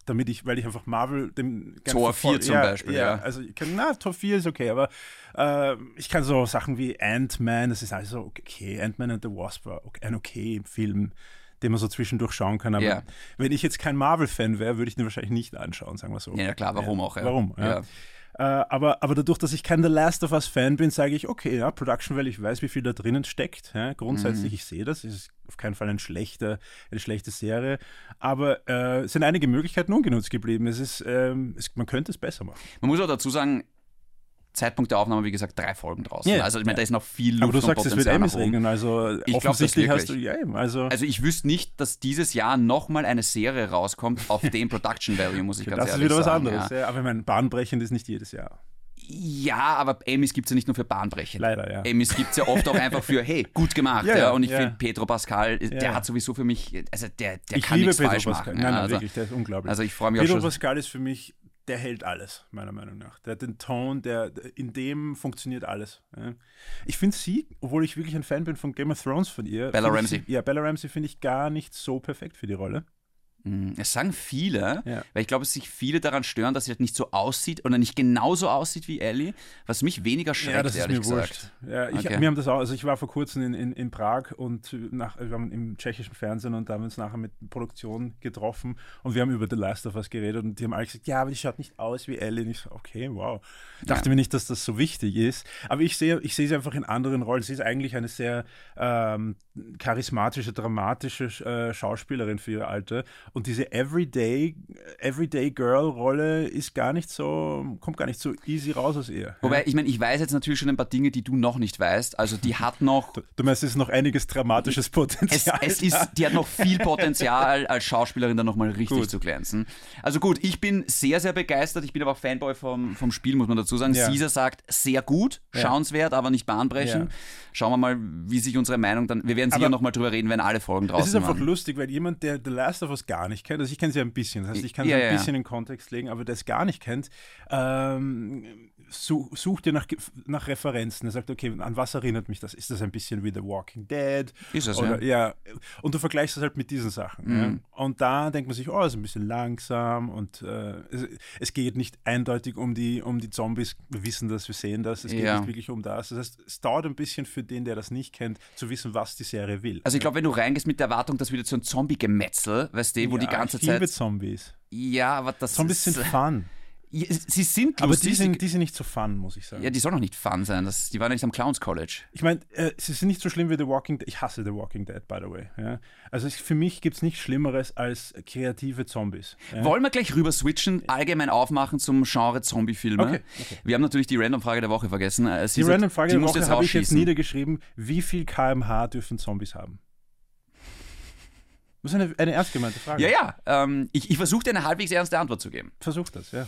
[SPEAKER 2] damit ich, weil ich einfach Marvel dem ganzen
[SPEAKER 1] Tor
[SPEAKER 2] Voll-
[SPEAKER 1] 4 zum Beispiel, ja.
[SPEAKER 2] Also ich kann, na, Tor 4 ist okay, aber äh, ich kann so Sachen wie Ant-Man, das ist also okay, Ant-Man and the Wasp war okay, ein okay Film, den man so zwischendurch schauen kann, aber
[SPEAKER 1] Ja.
[SPEAKER 2] wenn ich jetzt kein Marvel-Fan wäre, würde ich den wahrscheinlich nicht anschauen, sagen wir so.
[SPEAKER 1] Ja, klar, warum auch? Ja.
[SPEAKER 2] Warum? Ja.
[SPEAKER 1] Ja.
[SPEAKER 2] Äh, aber, aber dadurch, dass ich kein The Last of Us Fan bin, sage ich, okay, ja, Production, weil ich weiß, wie viel da drinnen steckt. Ja,
[SPEAKER 1] Mhm.
[SPEAKER 2] grundsätzlich, ich sehe das, es ist auf keinen Fall ein schlechter, eine schlechte Serie. Aber äh, es sind einige Möglichkeiten ungenutzt geblieben. Es ist, ähm, es, man könnte es besser machen.
[SPEAKER 1] Man muss auch dazu sagen, Zeitpunkt der Aufnahme, wie gesagt, drei Folgen draußen.
[SPEAKER 2] Ja.
[SPEAKER 1] Also ich meine, da ist noch viel Luft
[SPEAKER 2] Aber du
[SPEAKER 1] und
[SPEAKER 2] sagst, es wird eh
[SPEAKER 1] Potenzial nach
[SPEAKER 2] Emmys
[SPEAKER 1] oben.
[SPEAKER 2] regnen, also
[SPEAKER 1] das
[SPEAKER 2] offensichtlich hast du,
[SPEAKER 1] wirklich.
[SPEAKER 2] ja eben, also,
[SPEAKER 1] Also ich wüsste nicht, dass dieses Jahr nochmal eine Serie rauskommt
[SPEAKER 2] [LAUGHS]
[SPEAKER 1] auf dem Production Value, muss ich ganz
[SPEAKER 2] das ist
[SPEAKER 1] ehrlich
[SPEAKER 2] wieder was
[SPEAKER 1] sagen.
[SPEAKER 2] anderes.
[SPEAKER 1] Ja.
[SPEAKER 2] Ja. Aber ich meine, bahnbrechend ist nicht jedes Jahr.
[SPEAKER 1] ja, aber Emmys gibt es ja nicht nur für Bahnbrechen.
[SPEAKER 2] Leider, ja.
[SPEAKER 1] Emmys gibt es ja oft auch einfach für, hey, gut gemacht.
[SPEAKER 2] Ja,
[SPEAKER 1] Ja,
[SPEAKER 2] ja,
[SPEAKER 1] und ich
[SPEAKER 2] ja.
[SPEAKER 1] finde, Pedro Pascal, äh, der
[SPEAKER 2] Ja.
[SPEAKER 1] hat sowieso für mich, also der, der
[SPEAKER 2] Ich
[SPEAKER 1] kann
[SPEAKER 2] liebe
[SPEAKER 1] nichts
[SPEAKER 2] Pedro
[SPEAKER 1] falsch
[SPEAKER 2] Pascal.
[SPEAKER 1] machen.
[SPEAKER 2] Nein,
[SPEAKER 1] ja,
[SPEAKER 2] nein,
[SPEAKER 1] also,
[SPEAKER 2] wirklich, der ist unglaublich.
[SPEAKER 1] also ich freue mich
[SPEAKER 2] Pedro
[SPEAKER 1] auch schon.
[SPEAKER 2] Pascal ist für mich, der hält alles, meiner Meinung nach. Der hat den Ton, der, der- in dem funktioniert alles. Ja. Ich finde sie, obwohl ich wirklich ein Fan bin von Game of Thrones von ihr.
[SPEAKER 1] Bella
[SPEAKER 2] find ich
[SPEAKER 1] Ramsey.
[SPEAKER 2] Sie, ja, Bella Ramsey finde ich gar nicht so perfekt für die Rolle.
[SPEAKER 1] Mm, Es sagen viele,
[SPEAKER 2] Ja.
[SPEAKER 1] weil ich glaube, es sich viele daran stören, dass sie halt nicht so aussieht oder nicht genauso aussieht wie Ellie, was mich weniger schreckt,
[SPEAKER 2] ja, das ist
[SPEAKER 1] ehrlich
[SPEAKER 2] mir
[SPEAKER 1] gesagt.
[SPEAKER 2] wurscht. Ja, ich,
[SPEAKER 1] Okay.
[SPEAKER 2] Wir haben das auch, also ich war vor kurzem in, in, in Prag und äh, nach, wir haben im tschechischen Fernsehen und da haben wir uns nachher mit Produktion getroffen und wir haben über The Last of Us geredet und die haben alle gesagt, ja, aber die schaut nicht aus wie Ellie. Und ich so, okay, wow. Dachte mir nicht, dass das so wichtig ist. Aber ich sehe, ich sehe sie einfach in anderen Rollen. Sie ist eigentlich eine sehr ähm, charismatische, dramatische äh, Schauspielerin für ihr Alter. Und diese Everyday, Everyday Girl-Rolle ist gar nicht so, kommt gar nicht so easy raus aus ihr.
[SPEAKER 1] Wobei, ich meine, ich weiß jetzt natürlich schon ein paar Dinge, die du noch nicht weißt. Also die hat
[SPEAKER 2] [LAUGHS]
[SPEAKER 1] noch,
[SPEAKER 2] Du meinst, es ist noch einiges dramatisches
[SPEAKER 1] es,
[SPEAKER 2] Potenzial.
[SPEAKER 1] es ist, die hat noch viel Potenzial, als Schauspielerin dann nochmal richtig
[SPEAKER 2] Gut.
[SPEAKER 1] zu glänzen. Also gut, ich bin sehr, sehr begeistert. Ich bin aber auch Fanboy vom, vom Spiel, muss man dazu sagen.
[SPEAKER 2] Ja.
[SPEAKER 1] Caesar sagt, sehr gut, schauenswert, aber nicht bahnbrechend.
[SPEAKER 2] Ja.
[SPEAKER 1] Schauen wir mal, wie sich unsere Meinung dann, wir werden sicher
[SPEAKER 2] Aber-
[SPEAKER 1] nochmal drüber reden, wenn alle Folgen draußen
[SPEAKER 2] Es ist einfach
[SPEAKER 1] waren.
[SPEAKER 2] lustig, weil jemand, der The Last of Us gar nicht kennt, also ich kenne sie ein bisschen, das heißt, ich kann
[SPEAKER 1] Ja,
[SPEAKER 2] sie ein
[SPEAKER 1] ja.
[SPEAKER 2] bisschen in Kontext legen, aber der es gar nicht kennt, ähm, su sucht ihr nach, Ge- nach Referenzen. Er sagt, okay, an was erinnert mich das? Ist das ein bisschen wie The Walking Dead?
[SPEAKER 1] Ist Mhm. es,
[SPEAKER 2] Oder, ja. Und du vergleichst das halt mit diesen Sachen. Ja. Und da denkt man sich, oh, es ist ein bisschen langsam und äh, es, es geht nicht eindeutig um die, um die Zombies. Wir wissen das, wir sehen das. Es geht
[SPEAKER 1] Ja.
[SPEAKER 2] nicht wirklich um das. Das heißt, es dauert ein bisschen für den, der das nicht kennt, zu wissen, was die Serie will.
[SPEAKER 1] Also ich glaube, wenn du reingehst mit der Erwartung, dass wieder so ein Zombie-Gemetzel, weißt du, wo die
[SPEAKER 2] Ja,
[SPEAKER 1] ganze
[SPEAKER 2] ich liebe
[SPEAKER 1] Zeit...
[SPEAKER 2] Zombies.
[SPEAKER 1] Ja, aber das
[SPEAKER 2] Zombies sind
[SPEAKER 1] ist, äh,
[SPEAKER 2] fun.
[SPEAKER 1] [LAUGHS] Ja, Sie sind
[SPEAKER 2] Aber
[SPEAKER 1] lustig.
[SPEAKER 2] die sind, die sind nicht so fun, muss ich sagen.
[SPEAKER 1] ja, die sollen noch nicht fun sein. Das, die waren nicht am Clowns College.
[SPEAKER 2] Ich meine, äh, sie sind nicht so schlimm wie The Walking Dead. Ich hasse The Walking Dead, by the way. Ja? Also ich, für mich gibt es nichts Schlimmeres als kreative Zombies. Ja?
[SPEAKER 1] Wollen wir gleich rüber switchen, allgemein aufmachen zum Genre Zombie-Filme?
[SPEAKER 2] Okay,
[SPEAKER 1] Wir haben natürlich die Random-Frage der Woche vergessen. Äh,
[SPEAKER 2] Die
[SPEAKER 1] Caesar,
[SPEAKER 2] random Frage
[SPEAKER 1] die
[SPEAKER 2] der
[SPEAKER 1] musst du
[SPEAKER 2] Woche habe ich jetzt
[SPEAKER 1] rausschießen.
[SPEAKER 2] niedergeschrieben. Wie viel kmh dürfen Zombies haben? Das ist eine, eine ernst gemeinte Frage.
[SPEAKER 1] Ja, ja. Ähm, ich ich versuche dir eine halbwegs ernste Antwort zu geben.
[SPEAKER 2] Versuch das, ja.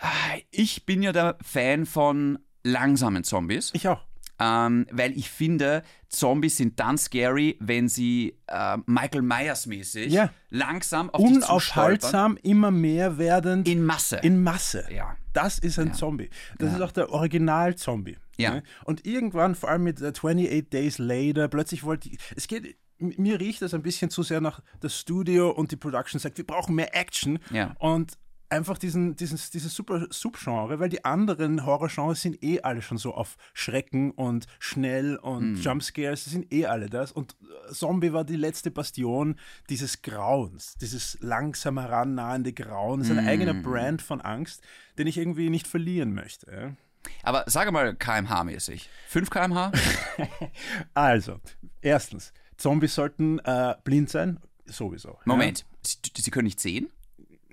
[SPEAKER 2] Äh,
[SPEAKER 1] Ich bin ja der Fan von langsamen Zombies,
[SPEAKER 2] Ich auch.
[SPEAKER 1] ähm, weil ich finde, Zombies sind dann scary, wenn sie äh, Michael Myers-mäßig
[SPEAKER 2] Ja.
[SPEAKER 1] langsam auf dich zustolpern.
[SPEAKER 2] Unaufhaltsam, immer mehr werdend,
[SPEAKER 1] In Masse.
[SPEAKER 2] in Masse.
[SPEAKER 1] ja.
[SPEAKER 2] Das ist ein Zombie. Das ist auch der Original-Zombie.
[SPEAKER 1] Ja.
[SPEAKER 2] Ne? Und irgendwann, vor allem mit äh, 28 Days Later, plötzlich wollte ich, es geht, m- mir riecht das ein bisschen zu sehr nach das Studio und die Production sagt, wir brauchen mehr Action.
[SPEAKER 1] Ja.
[SPEAKER 2] Und einfach diesen, diesen, dieses super Subgenre, weil die anderen Horrorgenres sind eh alle schon so auf Schrecken und schnell
[SPEAKER 1] Hm.
[SPEAKER 2] und Jumpscares, das sind eh alle das. Und äh, Zombie war die letzte Bastion dieses Grauens, dieses langsam herannahende Grauen, das ist
[SPEAKER 1] Hm.
[SPEAKER 2] ein eigener Brand von Angst, den ich irgendwie nicht verlieren möchte. ja. [LAUGHS]
[SPEAKER 1] Aber sage mal KMH-mäßig. 5 kmh?
[SPEAKER 2] Also, erstens, Zombies sollten äh, blind sein, sowieso.
[SPEAKER 1] Moment, Sie, Sie können nicht sehen?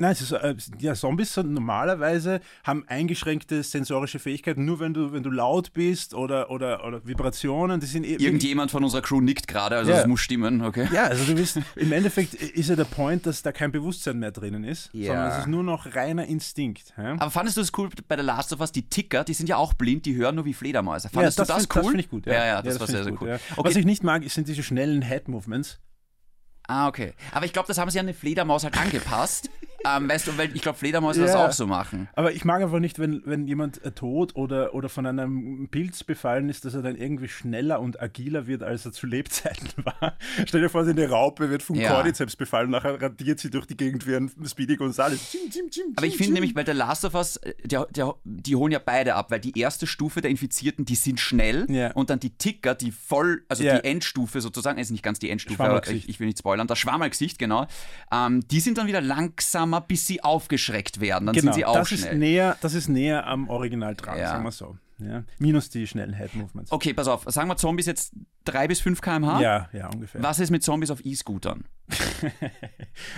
[SPEAKER 2] Nein, es ist, äh, ja, Zombies sind normalerweise haben eingeschränkte sensorische Fähigkeiten, nur wenn du, wenn du laut bist oder, oder, oder Vibrationen, die sind eh
[SPEAKER 1] Irgendjemand von unserer Crew nickt gerade, also
[SPEAKER 2] Ja.
[SPEAKER 1] das muss stimmen, okay?
[SPEAKER 2] Ja, also du bist, im Endeffekt ist ja der Point, dass da kein Bewusstsein mehr drinnen ist,
[SPEAKER 1] Ja.
[SPEAKER 2] sondern es ist nur noch reiner Instinkt. Ja?
[SPEAKER 1] Aber fandest du es cool bei der Last of Us, die Ticker, die sind ja auch blind, die hören nur wie Fledermäuse.
[SPEAKER 2] Ja,
[SPEAKER 1] Fandest du das
[SPEAKER 2] find-
[SPEAKER 1] cool?
[SPEAKER 2] Das finde ich gut, ja.
[SPEAKER 1] ja, das, war
[SPEAKER 2] find
[SPEAKER 1] sehr,
[SPEAKER 2] ich
[SPEAKER 1] sehr
[SPEAKER 2] gut,
[SPEAKER 1] cool.
[SPEAKER 2] ja.
[SPEAKER 1] Okay.
[SPEAKER 2] Was ich nicht mag, sind diese schnellen Head-Movements.
[SPEAKER 1] ah, okay. Aber ich glaube, das haben sie an eine Fledermaus halt
[SPEAKER 2] [LAUGHS]
[SPEAKER 1] angepasst. ähm, weißt du, weil ich glaube, Fledermäuse das
[SPEAKER 2] Ja.
[SPEAKER 1] auch so machen.
[SPEAKER 2] Aber ich mag einfach nicht, wenn, wenn jemand äh, tot oder, oder von einem Pilz befallen ist, dass er dann irgendwie schneller und agiler wird, als er zu Lebzeiten [LAUGHS] war. Stell dir vor, so eine Raupe wird vom
[SPEAKER 1] Ja.
[SPEAKER 2] Cordyceps befallen, nachher radiert sie durch die Gegend wie ein Speedy Gonzales. Chim, chim, chim,
[SPEAKER 1] Aber ich
[SPEAKER 2] chim,
[SPEAKER 1] finde
[SPEAKER 2] chim.
[SPEAKER 1] nämlich bei der Last of Us, äh, der, der, die holen ja beide ab, weil die erste Stufe der Infizierten, die sind schnell
[SPEAKER 2] Ja.
[SPEAKER 1] und dann die Ticker, die voll, also
[SPEAKER 2] Ja.
[SPEAKER 1] die Endstufe sozusagen, ist nicht ganz die Endstufe, aber
[SPEAKER 2] Schwammerlgesicht.
[SPEAKER 1] ich, ich will nicht spoilern, das Schwammergesicht, genau, ähm, die sind dann wieder langsamer, bis sie aufgeschreckt werden, dann
[SPEAKER 2] genau,
[SPEAKER 1] sind sie auch
[SPEAKER 2] das
[SPEAKER 1] schnell.
[SPEAKER 2] Ist näher, das ist näher am Original dran,
[SPEAKER 1] Ja.
[SPEAKER 2] sagen wir so. Ja. Minus die schnellen Head-Movements.
[SPEAKER 1] Okay, pass auf. Sagen wir Zombies jetzt 3 bis 5 km/h.
[SPEAKER 2] Ja, ja, ungefähr.
[SPEAKER 1] Was ist mit Zombies auf E-Scootern?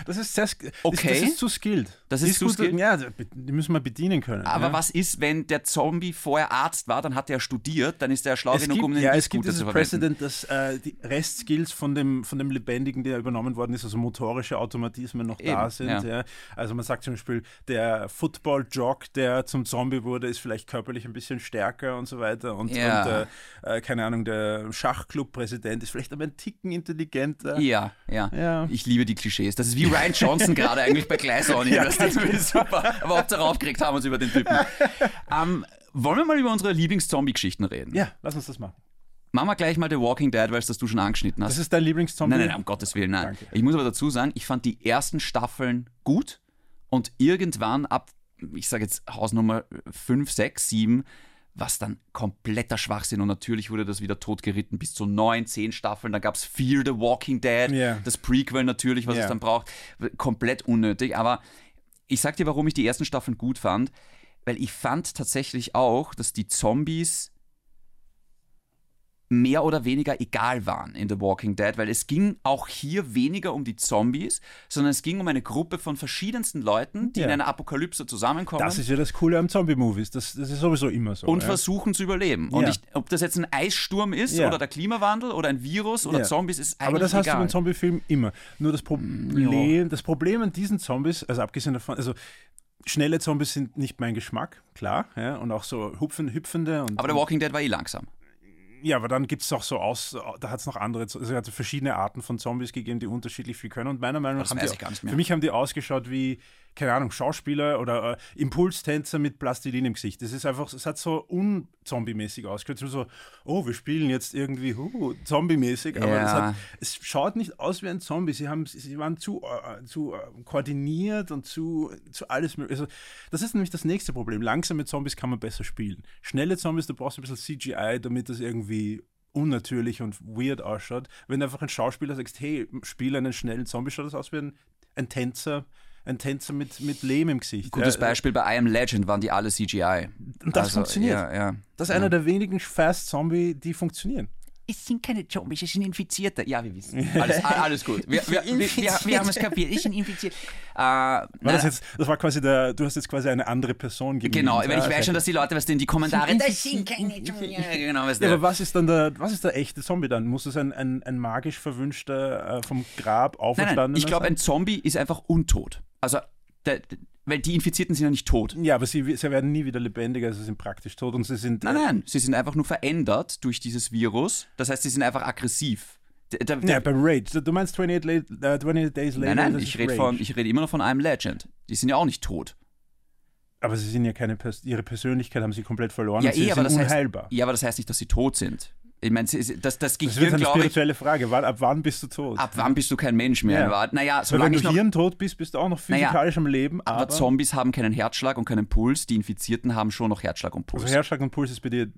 [SPEAKER 2] Das ist sehr sk-
[SPEAKER 1] Okay.
[SPEAKER 2] ist, das ist zu skilled.
[SPEAKER 1] Das ist zu
[SPEAKER 2] gut,
[SPEAKER 1] skilled?
[SPEAKER 2] Ja, die müssen wir bedienen können.
[SPEAKER 1] Aber
[SPEAKER 2] ja.
[SPEAKER 1] was ist, wenn der Zombie vorher Arzt war, dann hat er studiert, dann ist er schlau
[SPEAKER 2] es
[SPEAKER 1] genug,
[SPEAKER 2] gibt,
[SPEAKER 1] um einen
[SPEAKER 2] ja, es gibt
[SPEAKER 1] E-Scooter
[SPEAKER 2] dieses
[SPEAKER 1] zu verwenden.
[SPEAKER 2] Präsident, dass äh, die Restskills von dem, von dem Lebendigen, der übernommen worden ist, also motorische Automatismen noch da
[SPEAKER 1] Eben,
[SPEAKER 2] sind.
[SPEAKER 1] ja.
[SPEAKER 2] Ja. Also man sagt zum Beispiel, der Football-Jog, der zum Zombie wurde, ist vielleicht körperlich ein bisschen stärker und so weiter. Und,
[SPEAKER 1] Ja.
[SPEAKER 2] und äh, äh, keine Ahnung, der Schachclub-Präsident ist vielleicht aber ein Ticken intelligenter.
[SPEAKER 1] Ja, ja,
[SPEAKER 2] Ja.
[SPEAKER 1] Ich liebe die Klischees. Das ist wie Ryan [LAUGHS] Johnson gerade eigentlich bei Glass Onion. das ist wirklich super. Aber Hauptsache aufgeregt haben wir uns über den [LAUGHS] Typen. Ähm, wollen wir mal über unsere Lieblings-Zombie-Geschichten reden?
[SPEAKER 2] Ja, lass uns das machen.
[SPEAKER 1] Machen wir gleich mal The Walking Dead, weil es das du schon angeschnitten hast.
[SPEAKER 2] Das ist dein Lieblingszombie?
[SPEAKER 1] Nein, nein, nein, um Gottes Willen, nein.
[SPEAKER 2] Danke.
[SPEAKER 1] Ich muss aber dazu sagen, ich fand die ersten Staffeln gut und irgendwann ab, ich sage jetzt Hausnummer 5, 6, 7, was dann kompletter Schwachsinn und natürlich wurde das wieder totgeritten bis zu 9, 10 Staffeln. Dann gab es Fear the Walking Dead,
[SPEAKER 2] Ja.
[SPEAKER 1] das Prequel natürlich, was
[SPEAKER 2] Ja.
[SPEAKER 1] es dann braucht. Komplett unnötig, aber ich sag dir, warum ich die ersten Staffeln gut fand. Weil ich fand tatsächlich auch, dass die Zombies mehr oder weniger egal waren in The Walking Dead, weil es ging auch hier weniger um die Zombies, sondern es ging um eine Gruppe von verschiedensten Leuten, die
[SPEAKER 2] Ja.
[SPEAKER 1] in einer Apokalypse zusammenkommen
[SPEAKER 2] Das ist ja das Coole am Zombie-Movies. Das, das ist sowieso immer so.
[SPEAKER 1] und
[SPEAKER 2] ja.
[SPEAKER 1] versuchen zu überleben. Und
[SPEAKER 2] Ja.
[SPEAKER 1] ich, ob das jetzt ein Eissturm ist
[SPEAKER 2] Ja.
[SPEAKER 1] oder der Klimawandel oder ein Virus oder
[SPEAKER 2] Ja.
[SPEAKER 1] Zombies, ist eigentlich
[SPEAKER 2] Aber das hast
[SPEAKER 1] egal.
[SPEAKER 2] du beim Zombie-Film immer. Nur das Problem, das Problem an diesen Zombies, also abgesehen davon, also schnelle Zombies sind nicht mein Geschmack, klar, ja, und auch so hupfen, hüpfende und
[SPEAKER 1] Aber The Walking Dead war eh langsam.
[SPEAKER 2] ja, aber dann gibt es auch so aus, da hat es noch andere, also es hat so verschiedene Arten von Zombies gegeben, die unterschiedlich viel können. Und meiner Meinung nach
[SPEAKER 1] Das
[SPEAKER 2] haben
[SPEAKER 1] weiß
[SPEAKER 2] die,
[SPEAKER 1] ich gar nicht mehr.
[SPEAKER 2] für mich haben die ausgeschaut wie, keine Ahnung, Schauspieler oder äh, Impulstänzer mit Plastilin im Gesicht. Das ist einfach, es hat so unzombie-mäßig ausgeschaut. So, so, oh, wir spielen jetzt irgendwie huh, zombie-mäßig, aber
[SPEAKER 1] Ja.
[SPEAKER 2] es, hat, es schaut nicht aus wie ein Zombie. Sie, haben, sie waren zu, äh, zu äh, koordiniert und zu, zu alles mögliche. Also, das ist nämlich das nächste Problem. Langsame Zombies kann man besser spielen. Schnelle Zombies, du brauchst ein bisschen CGI, damit das irgendwie unnatürlich und weird ausschaut. Wenn einfach ein Schauspieler sagt, hey, spiel einen schnellen Zombie, schaut das aus wie ein, ein Tänzer. Ein Tänzer mit, mit Lehm im Gesicht. Äh,
[SPEAKER 1] Gutes
[SPEAKER 2] Ja,
[SPEAKER 1] Beispiel bei I Am Legend waren die alle CGI.
[SPEAKER 2] Und das funktioniert.
[SPEAKER 1] Ja, Also, ja.
[SPEAKER 2] Das ist einer der wenigen Fast-Zombie, die funktionieren.
[SPEAKER 1] es sind keine Zombies, es sind Infizierte. Ja, wir wissen. Alles, a- alles gut. Wir, wir, wir, wir, wir haben es kapiert. Ich bin infiziert. Äh,
[SPEAKER 2] War
[SPEAKER 1] na,
[SPEAKER 2] das, jetzt, das war quasi der, du hast jetzt quasi eine andere Person gegeben.
[SPEAKER 1] genau, weil ich
[SPEAKER 2] Ah,
[SPEAKER 1] weiß schon, dass die Leute, was in die Kommentare.
[SPEAKER 3] Sind
[SPEAKER 1] Das sind [LAUGHS] keine Zombies. Genau, weißt du.
[SPEAKER 2] Ja, aber was ist dann der, was ist der echte Zombie dann? Muss es ein, ein, ein magisch verwünschter, äh, vom Grab
[SPEAKER 1] nein, nein,
[SPEAKER 2] auferstandener
[SPEAKER 1] ich glaube, ein Zombie ist einfach untot. Also, der, weil die Infizierten sind ja nicht tot.
[SPEAKER 2] sein? Ja, aber sie, sie werden nie wieder lebendiger, also sie sind praktisch tot und sie sind.
[SPEAKER 1] Nein, nein, sie sind einfach nur verändert durch dieses Virus. Das heißt, sie sind einfach aggressiv. Der, der,
[SPEAKER 2] äh, Ja, bei Rage. Du meinst 28, late, äh, 28 Days Later?
[SPEAKER 1] nein, nein,
[SPEAKER 2] das
[SPEAKER 1] ich
[SPEAKER 2] ist
[SPEAKER 1] rede
[SPEAKER 2] Rage.
[SPEAKER 1] von- ich rede immer noch von einem Legend. Die sind ja auch nicht tot.
[SPEAKER 2] Aber sie sind ja keine, Pers ihre Persönlichkeit haben sie komplett verloren
[SPEAKER 1] Ja,
[SPEAKER 2] und sie
[SPEAKER 1] eh, aber
[SPEAKER 2] sind
[SPEAKER 1] das heißt,
[SPEAKER 2] unheilbar.
[SPEAKER 1] ja, aber das heißt nicht, dass sie tot sind. Ich meine, das, das
[SPEAKER 2] Das wird
[SPEAKER 1] Gehirn,
[SPEAKER 2] eine
[SPEAKER 1] glaube ich,
[SPEAKER 2] spirituelle Frage. Wann, ab wann bist du tot?
[SPEAKER 1] ab wann bist du kein Mensch mehr?
[SPEAKER 2] Ja.
[SPEAKER 1] Ja. Naja,
[SPEAKER 2] Weil wenn
[SPEAKER 1] solange
[SPEAKER 2] du
[SPEAKER 1] ich noch
[SPEAKER 2] hirntot bist, bist du auch noch
[SPEAKER 1] Naja,
[SPEAKER 2] physikalisch am Leben. Aber,
[SPEAKER 1] Aber Zombies haben keinen Herzschlag und keinen Puls. Die Infizierten haben schon noch Herzschlag und Puls.
[SPEAKER 2] also Herzschlag und Puls ist bei dir.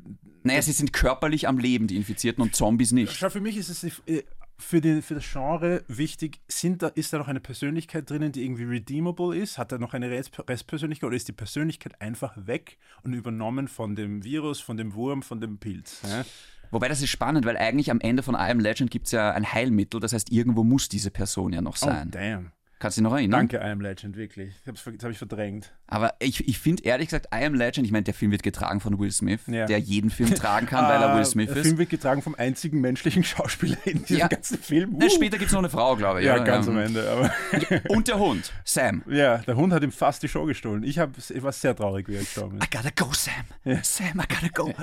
[SPEAKER 1] naja, sie sind körperlich am Leben, die Infizierten, und Zombies nicht.
[SPEAKER 2] Schau, für mich ist es äh, für, den, für das Genre wichtig, sind da, ist da noch eine Persönlichkeit drinnen, die irgendwie redeemable ist? Hat er noch eine Rest- Restpersönlichkeit oder ist die Persönlichkeit einfach weg und übernommen von dem Virus, von dem Wurm, von dem Pilz? Ja?
[SPEAKER 1] Wobei das ist spannend, weil eigentlich am Ende von I Am Legend gibt es ja ein Heilmittel. Das heißt, irgendwo muss diese Person ja noch
[SPEAKER 2] Oh,
[SPEAKER 1] sein.
[SPEAKER 2] damn. Danke,
[SPEAKER 1] Kannst du dich noch erinnern?
[SPEAKER 2] Danke, I Am Legend, wirklich. Ich hab's, ver- das habe ich verdrängt.
[SPEAKER 1] Aber ich, ich finde ehrlich gesagt, I Am Legend, ich meine, der Film wird getragen von Will Smith,
[SPEAKER 2] Ja.
[SPEAKER 1] der jeden Film tragen kann, weil er
[SPEAKER 2] [LAUGHS] Ah,
[SPEAKER 1] Will Smith
[SPEAKER 2] der
[SPEAKER 1] ist.
[SPEAKER 2] Film wird getragen vom einzigen menschlichen [LAUGHS] Schauspieler in diesem
[SPEAKER 1] Ja.
[SPEAKER 2] ganzen Film.
[SPEAKER 1] Na,
[SPEAKER 2] Uh.
[SPEAKER 1] später gibt es noch eine Frau, glaube ich.
[SPEAKER 2] Ja,
[SPEAKER 1] oder?
[SPEAKER 2] ganz genau. am Ende. Aber [LAUGHS]
[SPEAKER 1] Und der Hund, Sam.
[SPEAKER 2] ja, der Hund hat ihm fast die Show gestohlen. Ich, hab, ich war sehr traurig, wie er gestorben
[SPEAKER 1] I
[SPEAKER 2] ist.
[SPEAKER 1] gotta go, Sam. Sam, I gotta
[SPEAKER 2] [LAUGHS]
[SPEAKER 1] go.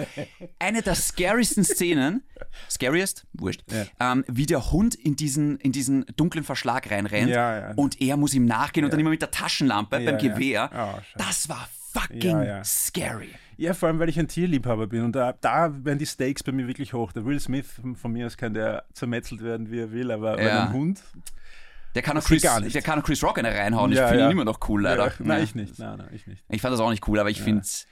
[SPEAKER 1] Eine der scariesten Szenen, scariest, wurscht, ähm, wie der Hund in diesen, in diesen dunklen Verschlag reinrennt
[SPEAKER 2] Ja, ja.
[SPEAKER 1] und er muss ihm nachgehen und dann immer mit der Taschenlampe
[SPEAKER 2] Ja,
[SPEAKER 1] beim
[SPEAKER 2] ja.
[SPEAKER 1] Gewehr.
[SPEAKER 2] Ah, scheiße.
[SPEAKER 1] das war fucking
[SPEAKER 2] Ja, ja.
[SPEAKER 1] scary.
[SPEAKER 2] Ja, vor allem, weil ich ein Tierliebhaber bin und da, da werden die Stakes bei mir wirklich hoch. Der Will Smith, von mir aus kann der zermetzelt werden, wie er will, aber bei
[SPEAKER 1] Ja.
[SPEAKER 2] einem Hund,
[SPEAKER 1] Der kann, auch
[SPEAKER 2] geht
[SPEAKER 1] Chris,
[SPEAKER 2] gar nicht.
[SPEAKER 1] der kann auch Chris Rock eine reinhauen.
[SPEAKER 2] Ja,
[SPEAKER 1] ich finde
[SPEAKER 2] ja.
[SPEAKER 1] ihn immer noch cool, leider.
[SPEAKER 2] ja, nein,
[SPEAKER 1] Ja.
[SPEAKER 2] ich nicht, nein, nein, ich nicht.
[SPEAKER 1] Ich fand das auch nicht cool, aber ich finde es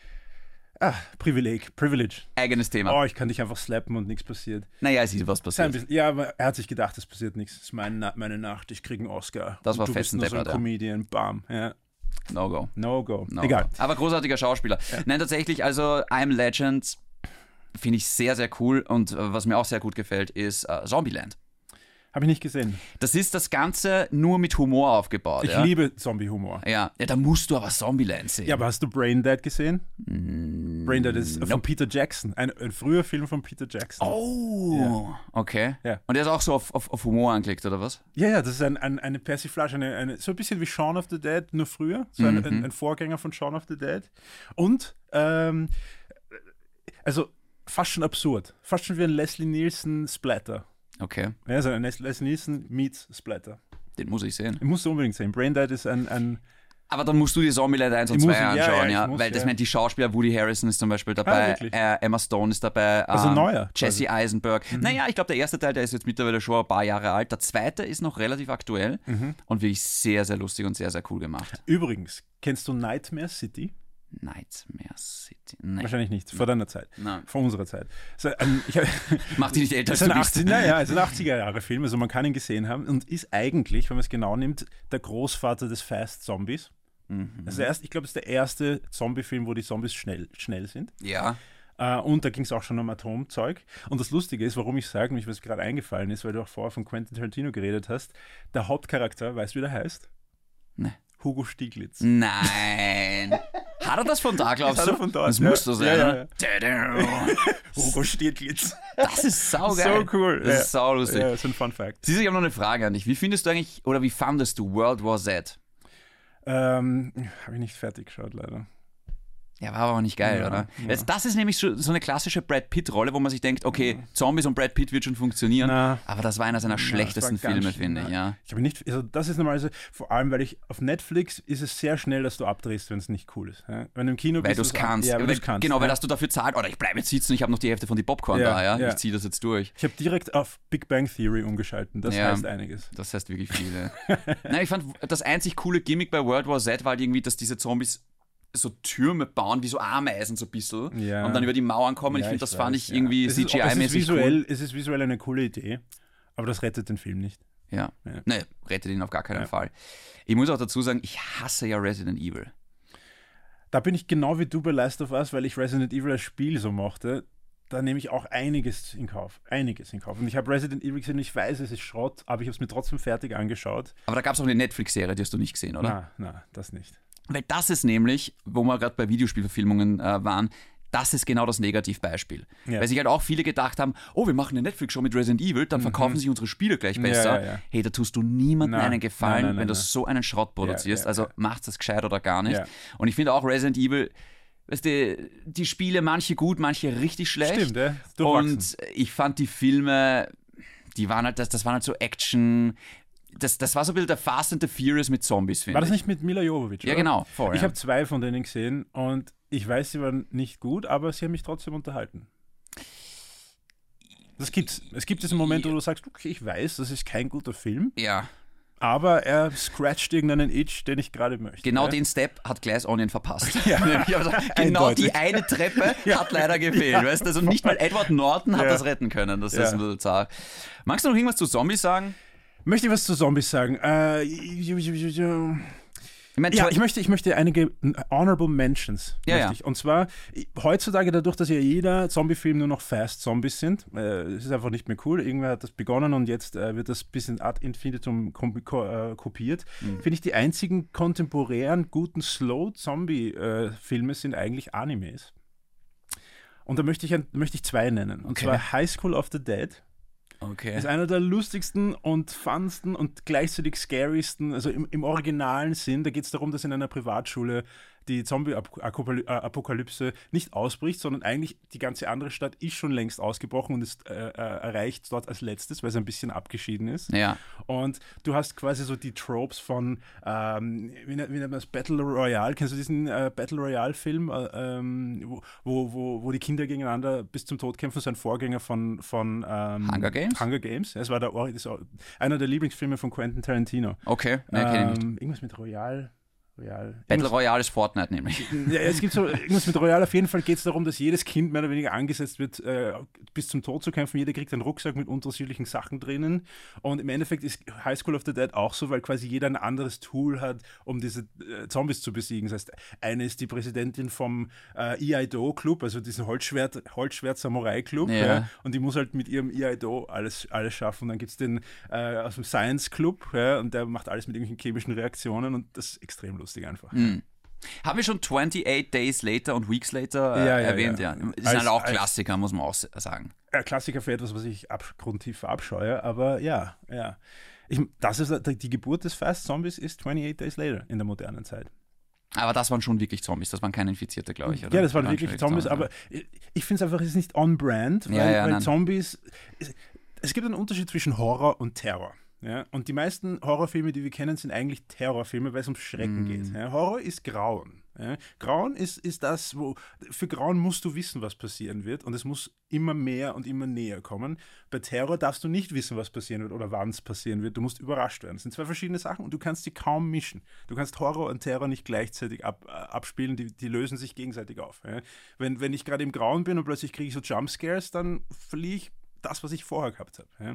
[SPEAKER 2] Ah, Privileg, Privilege.
[SPEAKER 1] eigenes Thema.
[SPEAKER 2] Oh, ich kann dich einfach slappen und nichts passiert.
[SPEAKER 1] Naja, es ist was passiert.
[SPEAKER 2] Ein bisschen, ja, aber er hat sich gedacht, es passiert nichts. Es ist meine, Na meine Nacht, ich kriege einen Oscar.
[SPEAKER 1] Das
[SPEAKER 2] Und
[SPEAKER 1] war
[SPEAKER 2] du bist nur so ein
[SPEAKER 1] Fetzendepper, ja.
[SPEAKER 2] Comedian, bam. Ja.
[SPEAKER 1] No go.
[SPEAKER 2] No go.
[SPEAKER 1] No
[SPEAKER 2] Egal.
[SPEAKER 1] go. Genau. Ah. Aber großartiger Schauspieler. Nein, tatsächlich, also I'm Legend finde ich sehr, sehr cool und äh, was mir auch sehr gut gefällt, ist äh, Zombieland.
[SPEAKER 2] Habe ich nicht gesehen.
[SPEAKER 1] Das ist das Ganze nur mit Humor aufgebaut.
[SPEAKER 2] Ich
[SPEAKER 1] ja?
[SPEAKER 2] liebe Zombie-Humor.
[SPEAKER 1] ja. ja, da musst du aber Zombieland sehen.
[SPEAKER 2] Ja, aber hast du Brain Dead gesehen?
[SPEAKER 1] Mm,
[SPEAKER 2] Brain Dead ist von Peter Jackson. Ein, ein früher Film von Peter Jackson.
[SPEAKER 1] Oh, okay.
[SPEAKER 2] Ja.
[SPEAKER 1] Und der ist auch so auf, auf, auf Humor angelegt, oder was?
[SPEAKER 2] Ja, ja, das ist ein, ein, eine Persiflage, eine, eine, so ein bisschen wie Shaun of the Dead, nur früher. So ein,
[SPEAKER 1] Mhm.
[SPEAKER 2] ein, ein Vorgänger von Shaun of the Dead. Und, ähm, also fast schon absurd. Fast schon wie ein Leslie Nielsen Splatter.
[SPEAKER 1] Okay,
[SPEAKER 2] Ja, also ein Les- Leslie Nielsen meets Splatter.
[SPEAKER 1] den muss ich sehen.
[SPEAKER 2] Ich muss unbedingt sehen. Brain Dead ist ein, ein
[SPEAKER 1] Aber dann musst du dir Zombieland 1 und
[SPEAKER 2] Ich
[SPEAKER 1] 2
[SPEAKER 2] muss- ja, ja,
[SPEAKER 1] anschauen,
[SPEAKER 2] ich
[SPEAKER 1] ja.
[SPEAKER 2] muss,
[SPEAKER 1] Weil das
[SPEAKER 2] ja. Ah,
[SPEAKER 1] meint die Schauspieler, Woody Harrison ist zum Beispiel dabei,
[SPEAKER 2] wirklich?
[SPEAKER 1] äh, Emma Stone ist dabei, ähm,
[SPEAKER 2] Also neuer Mhm.
[SPEAKER 1] Jesse Eisenberg. Naja, ich glaube, der erste Teil, der ist jetzt mittlerweile schon ein paar Jahre alt. Der zweite ist noch relativ aktuell
[SPEAKER 2] Mhm.
[SPEAKER 1] und wirklich sehr, sehr lustig und sehr, sehr cool gemacht.
[SPEAKER 2] Übrigens, kennst du Nightmare City?
[SPEAKER 1] Nightmare City. Nein.
[SPEAKER 2] Wahrscheinlich nicht, vor deiner Zeit.
[SPEAKER 1] Nein.
[SPEAKER 2] Vor unserer Zeit. So, ähm, ich,
[SPEAKER 1] [LAUGHS] Mach dich nicht älter, als
[SPEAKER 2] es
[SPEAKER 1] du
[SPEAKER 2] ist ein
[SPEAKER 1] bist.
[SPEAKER 2] 80, naja, es ist ein 80er-Jahre-Film, also man kann ihn gesehen haben und ist eigentlich, wenn man es genau nimmt, der Großvater des Fast Zombies.
[SPEAKER 1] Mhm.
[SPEAKER 2] Also erst, ich glaube, es ist der erste Zombie-Film, wo die Zombies schnell, schnell sind.
[SPEAKER 1] Ja.
[SPEAKER 2] Äh, und da ging es auch schon um Atomzeug. Und das Lustige ist, warum ich sage, mich was gerade eingefallen ist, weil du auch vorher von Quentin Tarantino geredet hast, der Hauptcharakter, weißt du, wie der heißt?
[SPEAKER 1] Nee. Mhm.
[SPEAKER 2] Hugo Stieglitz.
[SPEAKER 1] Nein. Hat er das von da, glaubst
[SPEAKER 2] Das
[SPEAKER 1] du?
[SPEAKER 2] hat er von dort,
[SPEAKER 1] das
[SPEAKER 2] ja.
[SPEAKER 1] muss so sein.
[SPEAKER 2] Ja, ja,
[SPEAKER 1] ne? Tadam. [LAUGHS]
[SPEAKER 2] Hugo Stieglitz.
[SPEAKER 1] Das ist saugeil.
[SPEAKER 2] So cool.
[SPEAKER 1] Das ist saulustig.
[SPEAKER 2] Ja, ist ein Fun Fact.
[SPEAKER 1] Siehst du, ich habe noch eine Frage an dich. Wie findest du eigentlich, oder wie fandest du World War Z?
[SPEAKER 2] Ähm, Habe ich nicht fertig geschaut, leider.
[SPEAKER 1] Ja, war aber auch nicht geil,
[SPEAKER 2] Ja,
[SPEAKER 1] oder?
[SPEAKER 2] ja.
[SPEAKER 1] Jetzt, das ist nämlich so, so eine klassische Brad Pitt-Rolle, wo man sich denkt, okay, Zombies und Brad Pitt wird schon funktionieren.
[SPEAKER 2] Na.
[SPEAKER 1] Aber das war einer seiner schlechtesten
[SPEAKER 2] das war ganz
[SPEAKER 1] Filme,
[SPEAKER 2] schlimm,
[SPEAKER 1] finde ich, ja.
[SPEAKER 2] Ich habe nicht, also das ist normalerweise, vor allem, weil ich auf Netflix ist es sehr schnell, dass du abdrehst, wenn es nicht cool ist. Ja? Wenn du im Kino
[SPEAKER 1] Weil
[SPEAKER 2] bist.
[SPEAKER 1] du es
[SPEAKER 2] ist-
[SPEAKER 1] kannst.
[SPEAKER 2] Ja, weil
[SPEAKER 1] Weil-
[SPEAKER 2] du's kannst.
[SPEAKER 1] genau, weil
[SPEAKER 2] ja.
[SPEAKER 1] dass du dafür zahlst. Oder ich bleibe jetzt sitzen, ich habe noch die Hälfte von die Popcorn
[SPEAKER 2] Ja,
[SPEAKER 1] da, ja.
[SPEAKER 2] ja.
[SPEAKER 1] Ich ziehe das jetzt durch.
[SPEAKER 2] Ich habe direkt auf Big Bang Theory umgeschalten. Das
[SPEAKER 1] Ja.
[SPEAKER 2] heißt einiges.
[SPEAKER 1] Das heißt wirklich
[SPEAKER 2] [LAUGHS]
[SPEAKER 1] viele. Nein, ich fand, das einzig coole Gimmick bei World War Z war halt irgendwie, dass diese Zombies so Türme bauen, wie so Ameisen so ein bisschen.
[SPEAKER 2] Ja.
[SPEAKER 1] Und dann über die Mauern kommen. ich
[SPEAKER 2] Ja,
[SPEAKER 1] finde, das fand
[SPEAKER 2] weiß,
[SPEAKER 1] ich irgendwie
[SPEAKER 2] Es ist- es ist,
[SPEAKER 1] CGI-mäßig
[SPEAKER 2] visuell,
[SPEAKER 1] cool.
[SPEAKER 2] Es ist visuell eine coole Idee, aber das rettet den Film nicht.
[SPEAKER 1] Ja.
[SPEAKER 2] Ja.
[SPEAKER 1] Nee, rettet ihn auf gar keinen Fall. Ich muss auch dazu sagen, ich hasse ja Resident Evil.
[SPEAKER 2] Da bin ich genau wie du bei Last of Us, weil ich Resident Evil als Spiel so mochte. Da nehme ich auch einiges in Kauf. Einiges in Kauf. Und ich habe Resident Evil gesehen und ich weiß, es ist Schrott, aber ich habe es mir trotzdem fertig angeschaut.
[SPEAKER 1] Aber da gab es auch eine Netflix-Serie, die hast du nicht gesehen, oder?
[SPEAKER 2] Na, na, das nicht.
[SPEAKER 1] Weil das ist nämlich, wo wir gerade bei Videospielverfilmungen äh, waren, das ist genau das Negativbeispiel.
[SPEAKER 2] Ja.
[SPEAKER 1] Weil sich halt auch viele gedacht haben, oh, wir machen eine Netflix-Show mit Resident Evil, dann verkaufen sich unsere Spiele gleich besser.
[SPEAKER 2] Mhm. ja, ja.
[SPEAKER 1] Hey, da tust du niemandem
[SPEAKER 2] Nein.
[SPEAKER 1] einen Gefallen,
[SPEAKER 2] Nein, nein, nein,
[SPEAKER 1] wenn du
[SPEAKER 2] nein.
[SPEAKER 1] so einen Schrott produzierst.
[SPEAKER 2] ja,
[SPEAKER 1] also
[SPEAKER 2] ja.
[SPEAKER 1] macht das gescheit oder gar nicht.
[SPEAKER 2] Ja.
[SPEAKER 1] Und ich finde auch Resident Evil, weißt du, die Spiele manche gut, manche richtig schlecht.
[SPEAKER 2] Stimmt, ja. Durchwachsen.
[SPEAKER 1] Und ich fand die Filme, die waren halt, das, das waren halt so Action. Das, das war so ein bisschen der Fast and the Furious mit Zombies, finde
[SPEAKER 2] War das
[SPEAKER 1] ich.
[SPEAKER 2] nicht mit Mila Jovovich?
[SPEAKER 1] Ja,
[SPEAKER 2] oder?
[SPEAKER 1] genau, voll,
[SPEAKER 2] Ich
[SPEAKER 1] ja.
[SPEAKER 2] habe zwei von denen gesehen und ich weiß, sie waren nicht gut, aber sie haben mich trotzdem unterhalten. Das gibt's. Es gibt diesen Moment, wo du sagst, okay, ich weiß, das ist kein guter Film,
[SPEAKER 1] Ja,
[SPEAKER 2] aber er scratcht irgendeinen Itch, den ich gerade möchte.
[SPEAKER 1] genau
[SPEAKER 2] ja?
[SPEAKER 1] den Step hat Glass Onion
[SPEAKER 2] [LAUGHS]
[SPEAKER 1] verpasst. [LAUGHS] Nämlich, also, genau die
[SPEAKER 2] Eindeutig.
[SPEAKER 1] eine Treppe
[SPEAKER 2] [LAUGHS]
[SPEAKER 1] hat leider gefehlt, weißt du? Also nicht mal Edward Norton hat
[SPEAKER 2] Ja.
[SPEAKER 1] das retten können. Das ist
[SPEAKER 2] Ja.
[SPEAKER 1] ein bisschen zart. Magst du noch irgendwas zu Zombies sagen?
[SPEAKER 2] Möchte ich was zu Zombies sagen? Äh, ju- ju- ju- ju-
[SPEAKER 1] Ich meine,
[SPEAKER 2] ja,
[SPEAKER 1] Joy-
[SPEAKER 2] ich möchte, ich möchte einige Honorable Mentions.
[SPEAKER 1] Ja,
[SPEAKER 2] möchte
[SPEAKER 1] ja.
[SPEAKER 2] Ich. Und zwar ich- heutzutage dadurch, dass ja jeder Zombie-Film nur noch Fast Zombies sind, äh, es ist einfach nicht mehr cool. Irgendwer hat das begonnen und jetzt äh, wird das bisschen ad infinitum kom- ko äh, kopiert.
[SPEAKER 1] Mhm.
[SPEAKER 2] Finde ich, die einzigen kontemporären guten Slow-Zombie-Filme sind eigentlich Animes. Und da möchte ich, ein- möchte ich zwei nennen. Und
[SPEAKER 1] Okay.
[SPEAKER 2] zwar High School of the Dead.
[SPEAKER 1] okay.
[SPEAKER 2] Ist einer der lustigsten und funsten und gleichzeitig scariesten, also im, im originalen Sinn, da geht es darum, dass in einer Privatschule die Zombie-Apokalypse nicht ausbricht, sondern eigentlich die ganze andere Stadt ist schon längst ausgebrochen und ist äh, äh, erreicht dort als letztes, weil es ein bisschen abgeschieden ist.
[SPEAKER 1] Ja.
[SPEAKER 2] Und du hast quasi so die Tropes von, ähm, wie, nennt, wie nennt man das, Battle Royale. Kennst du diesen äh, Battle Royale-Film, äh, ähm, wo- wo, wo, wo die Kinder gegeneinander bis zum Tod kämpfen? So ein Vorgänger von, von ähm,
[SPEAKER 1] Hunger Games?
[SPEAKER 2] Hunger Games. Es war der, Ori- das, war einer der Lieblingsfilme von Quentin Tarantino.
[SPEAKER 1] Okay, ne, kenn ich nicht.
[SPEAKER 2] Ähm, irgendwas mit Royal. Royal.
[SPEAKER 1] Battle Royale ist Fortnite nämlich.
[SPEAKER 2] Ja, es gibt so irgendwas mit Royal. Auf jeden Fall geht es darum, dass jedes Kind mehr oder weniger angesetzt wird, äh, bis zum Tod zu kämpfen. Jeder kriegt einen Rucksack mit unterschiedlichen Sachen drinnen. Und im Endeffekt ist High School of the Dead auch so, weil quasi jeder ein anderes Tool hat, um diese äh, Zombies zu besiegen. Das heißt, eine ist die Präsidentin vom äh, EIDO Club, also diesen Holzschwert, Holzschwert Samurai Club.
[SPEAKER 1] Ja.
[SPEAKER 2] Ja. und die muss halt mit ihrem EIDO alles, alles schaffen. Und dann gibt es den äh, aus dem Science Club ja, und der macht alles mit irgendwelchen chemischen Reaktionen und das ist extrem lustig einfach.
[SPEAKER 1] Haben wir schon 28 Days Later und Weeks Later äh,
[SPEAKER 2] Ja, ja,
[SPEAKER 1] erwähnt, ja.
[SPEAKER 2] ja.
[SPEAKER 1] Das sind
[SPEAKER 2] Als-
[SPEAKER 1] halt auch
[SPEAKER 2] als-
[SPEAKER 1] Klassiker, muss man auch s- sagen.
[SPEAKER 2] ein Klassiker für etwas, was ich abgrundtief verabscheue, aber ja, ja. Ich, das ist äh, die Geburt des Fast Zombies ist 28 Days Later in der modernen Zeit.
[SPEAKER 1] Aber das waren schon wirklich Zombies, das waren keine Infizierte, glaube ich. Oder?
[SPEAKER 2] Ja, das waren wirklich Zombies, aber ich, ich finde es einfach es ist nicht on brand, weil,
[SPEAKER 1] Ja, ja, nein.
[SPEAKER 2] weil Zombies es, es gibt einen Unterschied zwischen Horror und Terror. Ja, und die meisten Horrorfilme, die wir kennen, sind eigentlich Terrorfilme, weil es um Schrecken geht. Ja, Horror ist Grauen. Ja, Grauen ist, ist das, wo für Grauen musst du wissen, was passieren wird und es muss immer mehr und immer näher kommen. Bei Terror darfst du nicht wissen, was passieren wird oder wann es passieren wird. Du musst überrascht werden. Das sind zwei verschiedene Sachen und du kannst die kaum mischen. Du kannst Horror und Terror nicht gleichzeitig ab, äh, abspielen, die, die lösen sich gegenseitig auf. Ja. Wenn, wenn ich gerade im Grauen bin und plötzlich kriege ich so Jumpscares, dann verliere ich das, was ich vorher gehabt habe. Ja.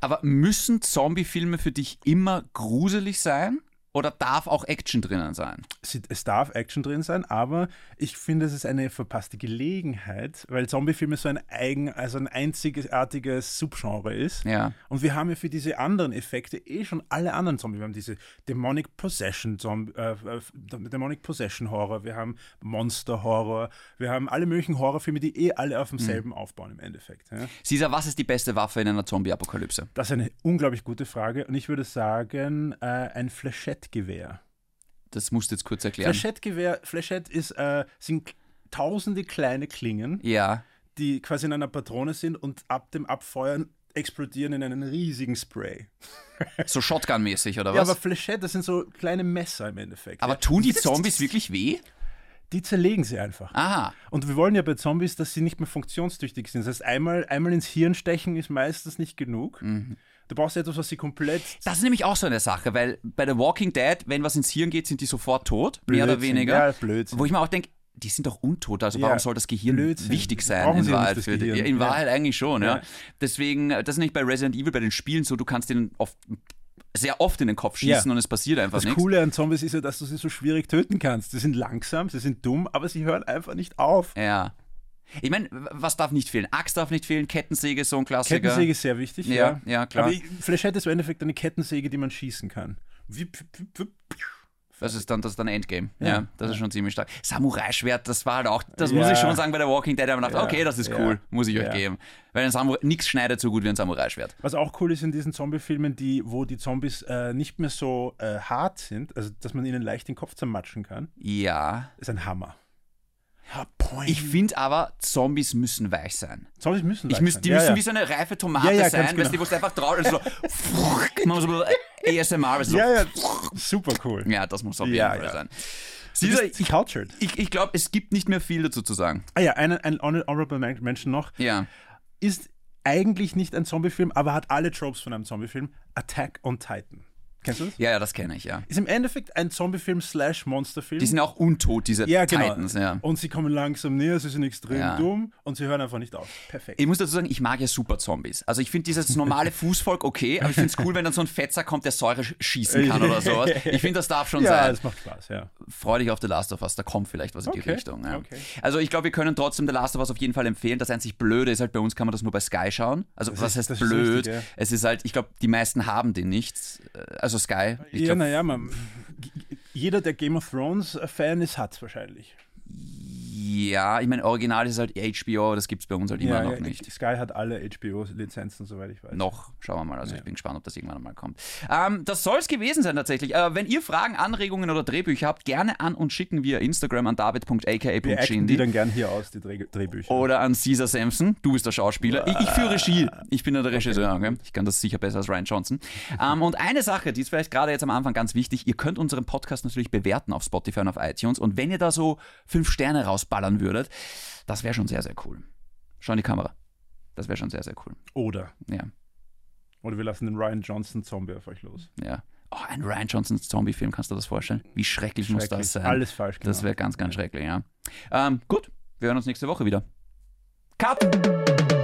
[SPEAKER 1] Aber müssen Zombie-Filme für dich immer gruselig sein? Oder darf auch Action drinnen sein?
[SPEAKER 2] Sie- es darf Action drin sein, aber ich finde, es ist eine verpasste Gelegenheit, weil Zombie-Filme so ein eigen, also ein einzigartiges Subgenre ist.
[SPEAKER 1] Ja.
[SPEAKER 2] Und wir haben ja für diese anderen Effekte eh schon alle anderen Zombie. Wir haben diese Demonic Possession Zombie, äh, äh, Demonic Possession Horror, wir haben Monster Horror, wir haben alle möglichen Horrorfilme, die eh alle auf demselben aufbauen im Endeffekt. Ja?
[SPEAKER 1] Caesar, was ist die beste Waffe in einer Zombie-Apokalypse?
[SPEAKER 2] Das ist eine unglaublich gute Frage und ich würde sagen, äh, ein Flechettgewehr.
[SPEAKER 1] Das musst du jetzt kurz erklären.
[SPEAKER 2] Flechettgewehr, Flechett ist, äh, sind tausende kleine Klingen,
[SPEAKER 1] Ja.
[SPEAKER 2] die quasi in einer Patrone sind und ab dem Abfeuern explodieren in einen riesigen Spray.
[SPEAKER 1] So Shotgun-mäßig, oder
[SPEAKER 2] Ja,
[SPEAKER 1] was?
[SPEAKER 2] aber
[SPEAKER 1] aber,
[SPEAKER 2] Flechette, das sind so kleine Messer im Endeffekt. ja.
[SPEAKER 1] tun
[SPEAKER 2] [LAUGHS]
[SPEAKER 1] die Zombies wirklich weh?
[SPEAKER 2] Die zerlegen sie einfach.
[SPEAKER 1] Aha.
[SPEAKER 2] Und wir wollen ja bei Zombies, dass sie nicht mehr funktionstüchtig sind. Das heißt, einmal, einmal ins Hirn stechen ist meistens nicht genug.
[SPEAKER 1] Mhm.
[SPEAKER 2] Du brauchst etwas, was sie komplett.
[SPEAKER 1] Das ist nämlich auch so eine Sache, weil bei The Walking Dead, wenn was ins Hirn geht, sind die sofort tot, mehr oder
[SPEAKER 2] Blödsinn.
[SPEAKER 1] weniger.
[SPEAKER 2] Ja, Blödsinn.
[SPEAKER 1] Wo ich mir auch denke, die sind doch untot, also
[SPEAKER 2] Ja,
[SPEAKER 1] warum soll das Gehirn
[SPEAKER 2] Blödsinn.
[SPEAKER 1] wichtig sein
[SPEAKER 2] Brauchen
[SPEAKER 1] in
[SPEAKER 2] sie nicht
[SPEAKER 1] Wahrheit?
[SPEAKER 2] das
[SPEAKER 1] Für die,
[SPEAKER 2] Gehirn.
[SPEAKER 1] ja, in
[SPEAKER 2] Ja.
[SPEAKER 1] Wahrheit eigentlich schon, ja.
[SPEAKER 2] Ja.
[SPEAKER 1] Deswegen, äh, das ist nicht bei Resident Evil, bei den Spielen so, du kannst denen oft, sehr oft in den Kopf schießen
[SPEAKER 2] Ja.
[SPEAKER 1] und es passiert einfach
[SPEAKER 2] Das
[SPEAKER 1] nichts.
[SPEAKER 2] Coole an Zombies ist ja, dass du sie so schwierig töten kannst. Sie sind langsam, sie sind dumm, aber sie hören einfach nicht auf.
[SPEAKER 1] Ja. Ich meine, was darf nicht fehlen? Axt darf nicht fehlen, Kettensäge ist so ein Klassiker.
[SPEAKER 2] Kettensäge ist sehr wichtig.
[SPEAKER 1] Ja,
[SPEAKER 2] Ja,
[SPEAKER 1] ja, klar.
[SPEAKER 2] Aber ich- Flechette ist im Endeffekt eine Kettensäge, die man schießen kann. Wip, wip, wip, wip.
[SPEAKER 1] Das ist dann das ist dann Endgame. Ja,
[SPEAKER 2] Ja.
[SPEAKER 1] das ist schon ziemlich stark. Samurai-Schwert, das war halt auch, das muss
[SPEAKER 2] Ja.
[SPEAKER 1] ich schon sagen bei der Walking Dead, haben wir gedacht,
[SPEAKER 2] Ja.
[SPEAKER 1] okay, das ist
[SPEAKER 2] Ja.
[SPEAKER 1] cool, muss ich euch
[SPEAKER 2] Ja.
[SPEAKER 1] geben. Weil ein Samurai, nichts schneidet so gut wie ein Samurai-Schwert.
[SPEAKER 2] Was auch cool ist in diesen Zombie-Filmen, die, wo die Zombies äh, nicht mehr so äh, hart sind, also dass man ihnen leicht den Kopf zermatschen kann,
[SPEAKER 1] Ja.
[SPEAKER 2] ist ein Hammer. Ja, point.
[SPEAKER 1] Ich finde aber, Zombies müssen weich sein.
[SPEAKER 2] Zombies müssen
[SPEAKER 1] Ich
[SPEAKER 2] leicht
[SPEAKER 1] müß,
[SPEAKER 2] sein.
[SPEAKER 1] die
[SPEAKER 2] Ja,
[SPEAKER 1] müssen
[SPEAKER 2] ja.
[SPEAKER 1] wie so eine reife Tomate
[SPEAKER 2] Ja, ja, ganz
[SPEAKER 1] sein, weißt du,
[SPEAKER 2] genau.
[SPEAKER 1] wo es einfach drauf
[SPEAKER 2] [LAUGHS]
[SPEAKER 1] ist. So, machen wir so ein bisschen ASMR. weißt du, So,
[SPEAKER 2] Ja, ja, super cool.
[SPEAKER 1] ja, das muss auf jeden
[SPEAKER 2] Ja,
[SPEAKER 1] Fall
[SPEAKER 2] ja.
[SPEAKER 1] sein.
[SPEAKER 2] Du
[SPEAKER 1] Dieser,
[SPEAKER 2] bist
[SPEAKER 1] ich
[SPEAKER 2] cultured.
[SPEAKER 1] ich, ich glaube, es gibt nicht mehr viel dazu zu sagen.
[SPEAKER 2] Ah ja, ein, ein honor- honorable men- Menschen noch.
[SPEAKER 1] Ja.
[SPEAKER 2] Ist eigentlich nicht ein Zombiefilm, aber hat alle Tropes von einem Zombiefilm. Attack on Titan. Kennst du das?
[SPEAKER 1] Ja, ja, das kenne ich, ja.
[SPEAKER 2] Ist im Endeffekt ein Zombiefilm slash Monsterfilm.
[SPEAKER 1] Die sind auch untot, diese
[SPEAKER 2] ja, genau.
[SPEAKER 1] Titans, ja.
[SPEAKER 2] Und sie kommen langsam näher, sie sind extrem
[SPEAKER 1] Ja.
[SPEAKER 2] dumm und sie hören einfach nicht auf. Perfekt.
[SPEAKER 1] Ich muss dazu sagen, ich mag ja Super-Zombies. Also ich finde dieses
[SPEAKER 2] [LAUGHS]
[SPEAKER 1] normale Fußvolk okay, aber ich finde es cool, wenn dann so ein Fetzer kommt, der Säure sch- schießen kann
[SPEAKER 2] [LAUGHS]
[SPEAKER 1] oder sowas. Ich finde, das darf schon
[SPEAKER 2] Ja,
[SPEAKER 1] sein.
[SPEAKER 2] das macht Spaß, ja.
[SPEAKER 1] freu dich auf The Last of Us, da kommt vielleicht was in die
[SPEAKER 2] Okay,
[SPEAKER 1] Richtung. Ja.
[SPEAKER 2] okay.
[SPEAKER 1] Also ich glaube, wir können trotzdem The Last of Us auf jeden Fall empfehlen. Das einzig Blöde ist halt, bei uns kann man das nur bei Sky schauen. Also was
[SPEAKER 2] ist-
[SPEAKER 1] heißt
[SPEAKER 2] das ist
[SPEAKER 1] blöd?
[SPEAKER 2] richtig, ja.
[SPEAKER 1] Es ist halt, ich glaube, die meisten haben den nicht. Äh, Also Sky. Ich
[SPEAKER 2] ja,
[SPEAKER 1] glaub,
[SPEAKER 2] naja, man, jeder, der Game of Thrones-Fan ist, hat es wahrscheinlich.
[SPEAKER 1] ja, ich meine, original ist halt HBO, aber das gibt es bei uns halt immer noch nicht.
[SPEAKER 2] Sky hat alle HBO-Lizenzen, soweit ich weiß.
[SPEAKER 1] Noch, schauen wir mal. Also ich bin gespannt, ob das irgendwann mal kommt. Ähm, das soll es gewesen sein tatsächlich. Äh, wenn ihr Fragen, Anregungen oder Drehbücher habt, gerne an uns schicken via Instagram an
[SPEAKER 2] Wir acten die
[SPEAKER 1] david.aka.chindi.
[SPEAKER 2] dann gern hier aus, die Dreh Drehbücher.
[SPEAKER 1] Oder an Caesar Sampson. Du bist der Schauspieler. Ich, ich führe Regie. Ich bin ja der Regisseur. Gell? Ich kann das sicher besser als Ryan Johnson. Ähm, und eine Sache, die ist vielleicht gerade jetzt am Anfang ganz wichtig. Ihr könnt unseren Podcast natürlich bewerten auf Spotify und auf iTunes. Und wenn ihr da so fünf Sterne rausballern würdet, das wäre schon sehr, sehr cool. Schau in die Kamera. Das wäre schon sehr, sehr cool.
[SPEAKER 2] Oder.
[SPEAKER 1] Ja,
[SPEAKER 2] Oder wir lassen den Ryan Johnson Zombie auf euch los.
[SPEAKER 1] ja. Oh, ein Ryan Johnson Zombie-Film, kannst du dir das vorstellen? Wie schrecklich, muss das
[SPEAKER 2] Schrecklich.
[SPEAKER 1] sein?
[SPEAKER 2] Alles genau. falsch gemacht.
[SPEAKER 1] Das wäre ganz, ganz schrecklich, ja. Ähm, gut, wir hören uns nächste Woche wieder. Cut!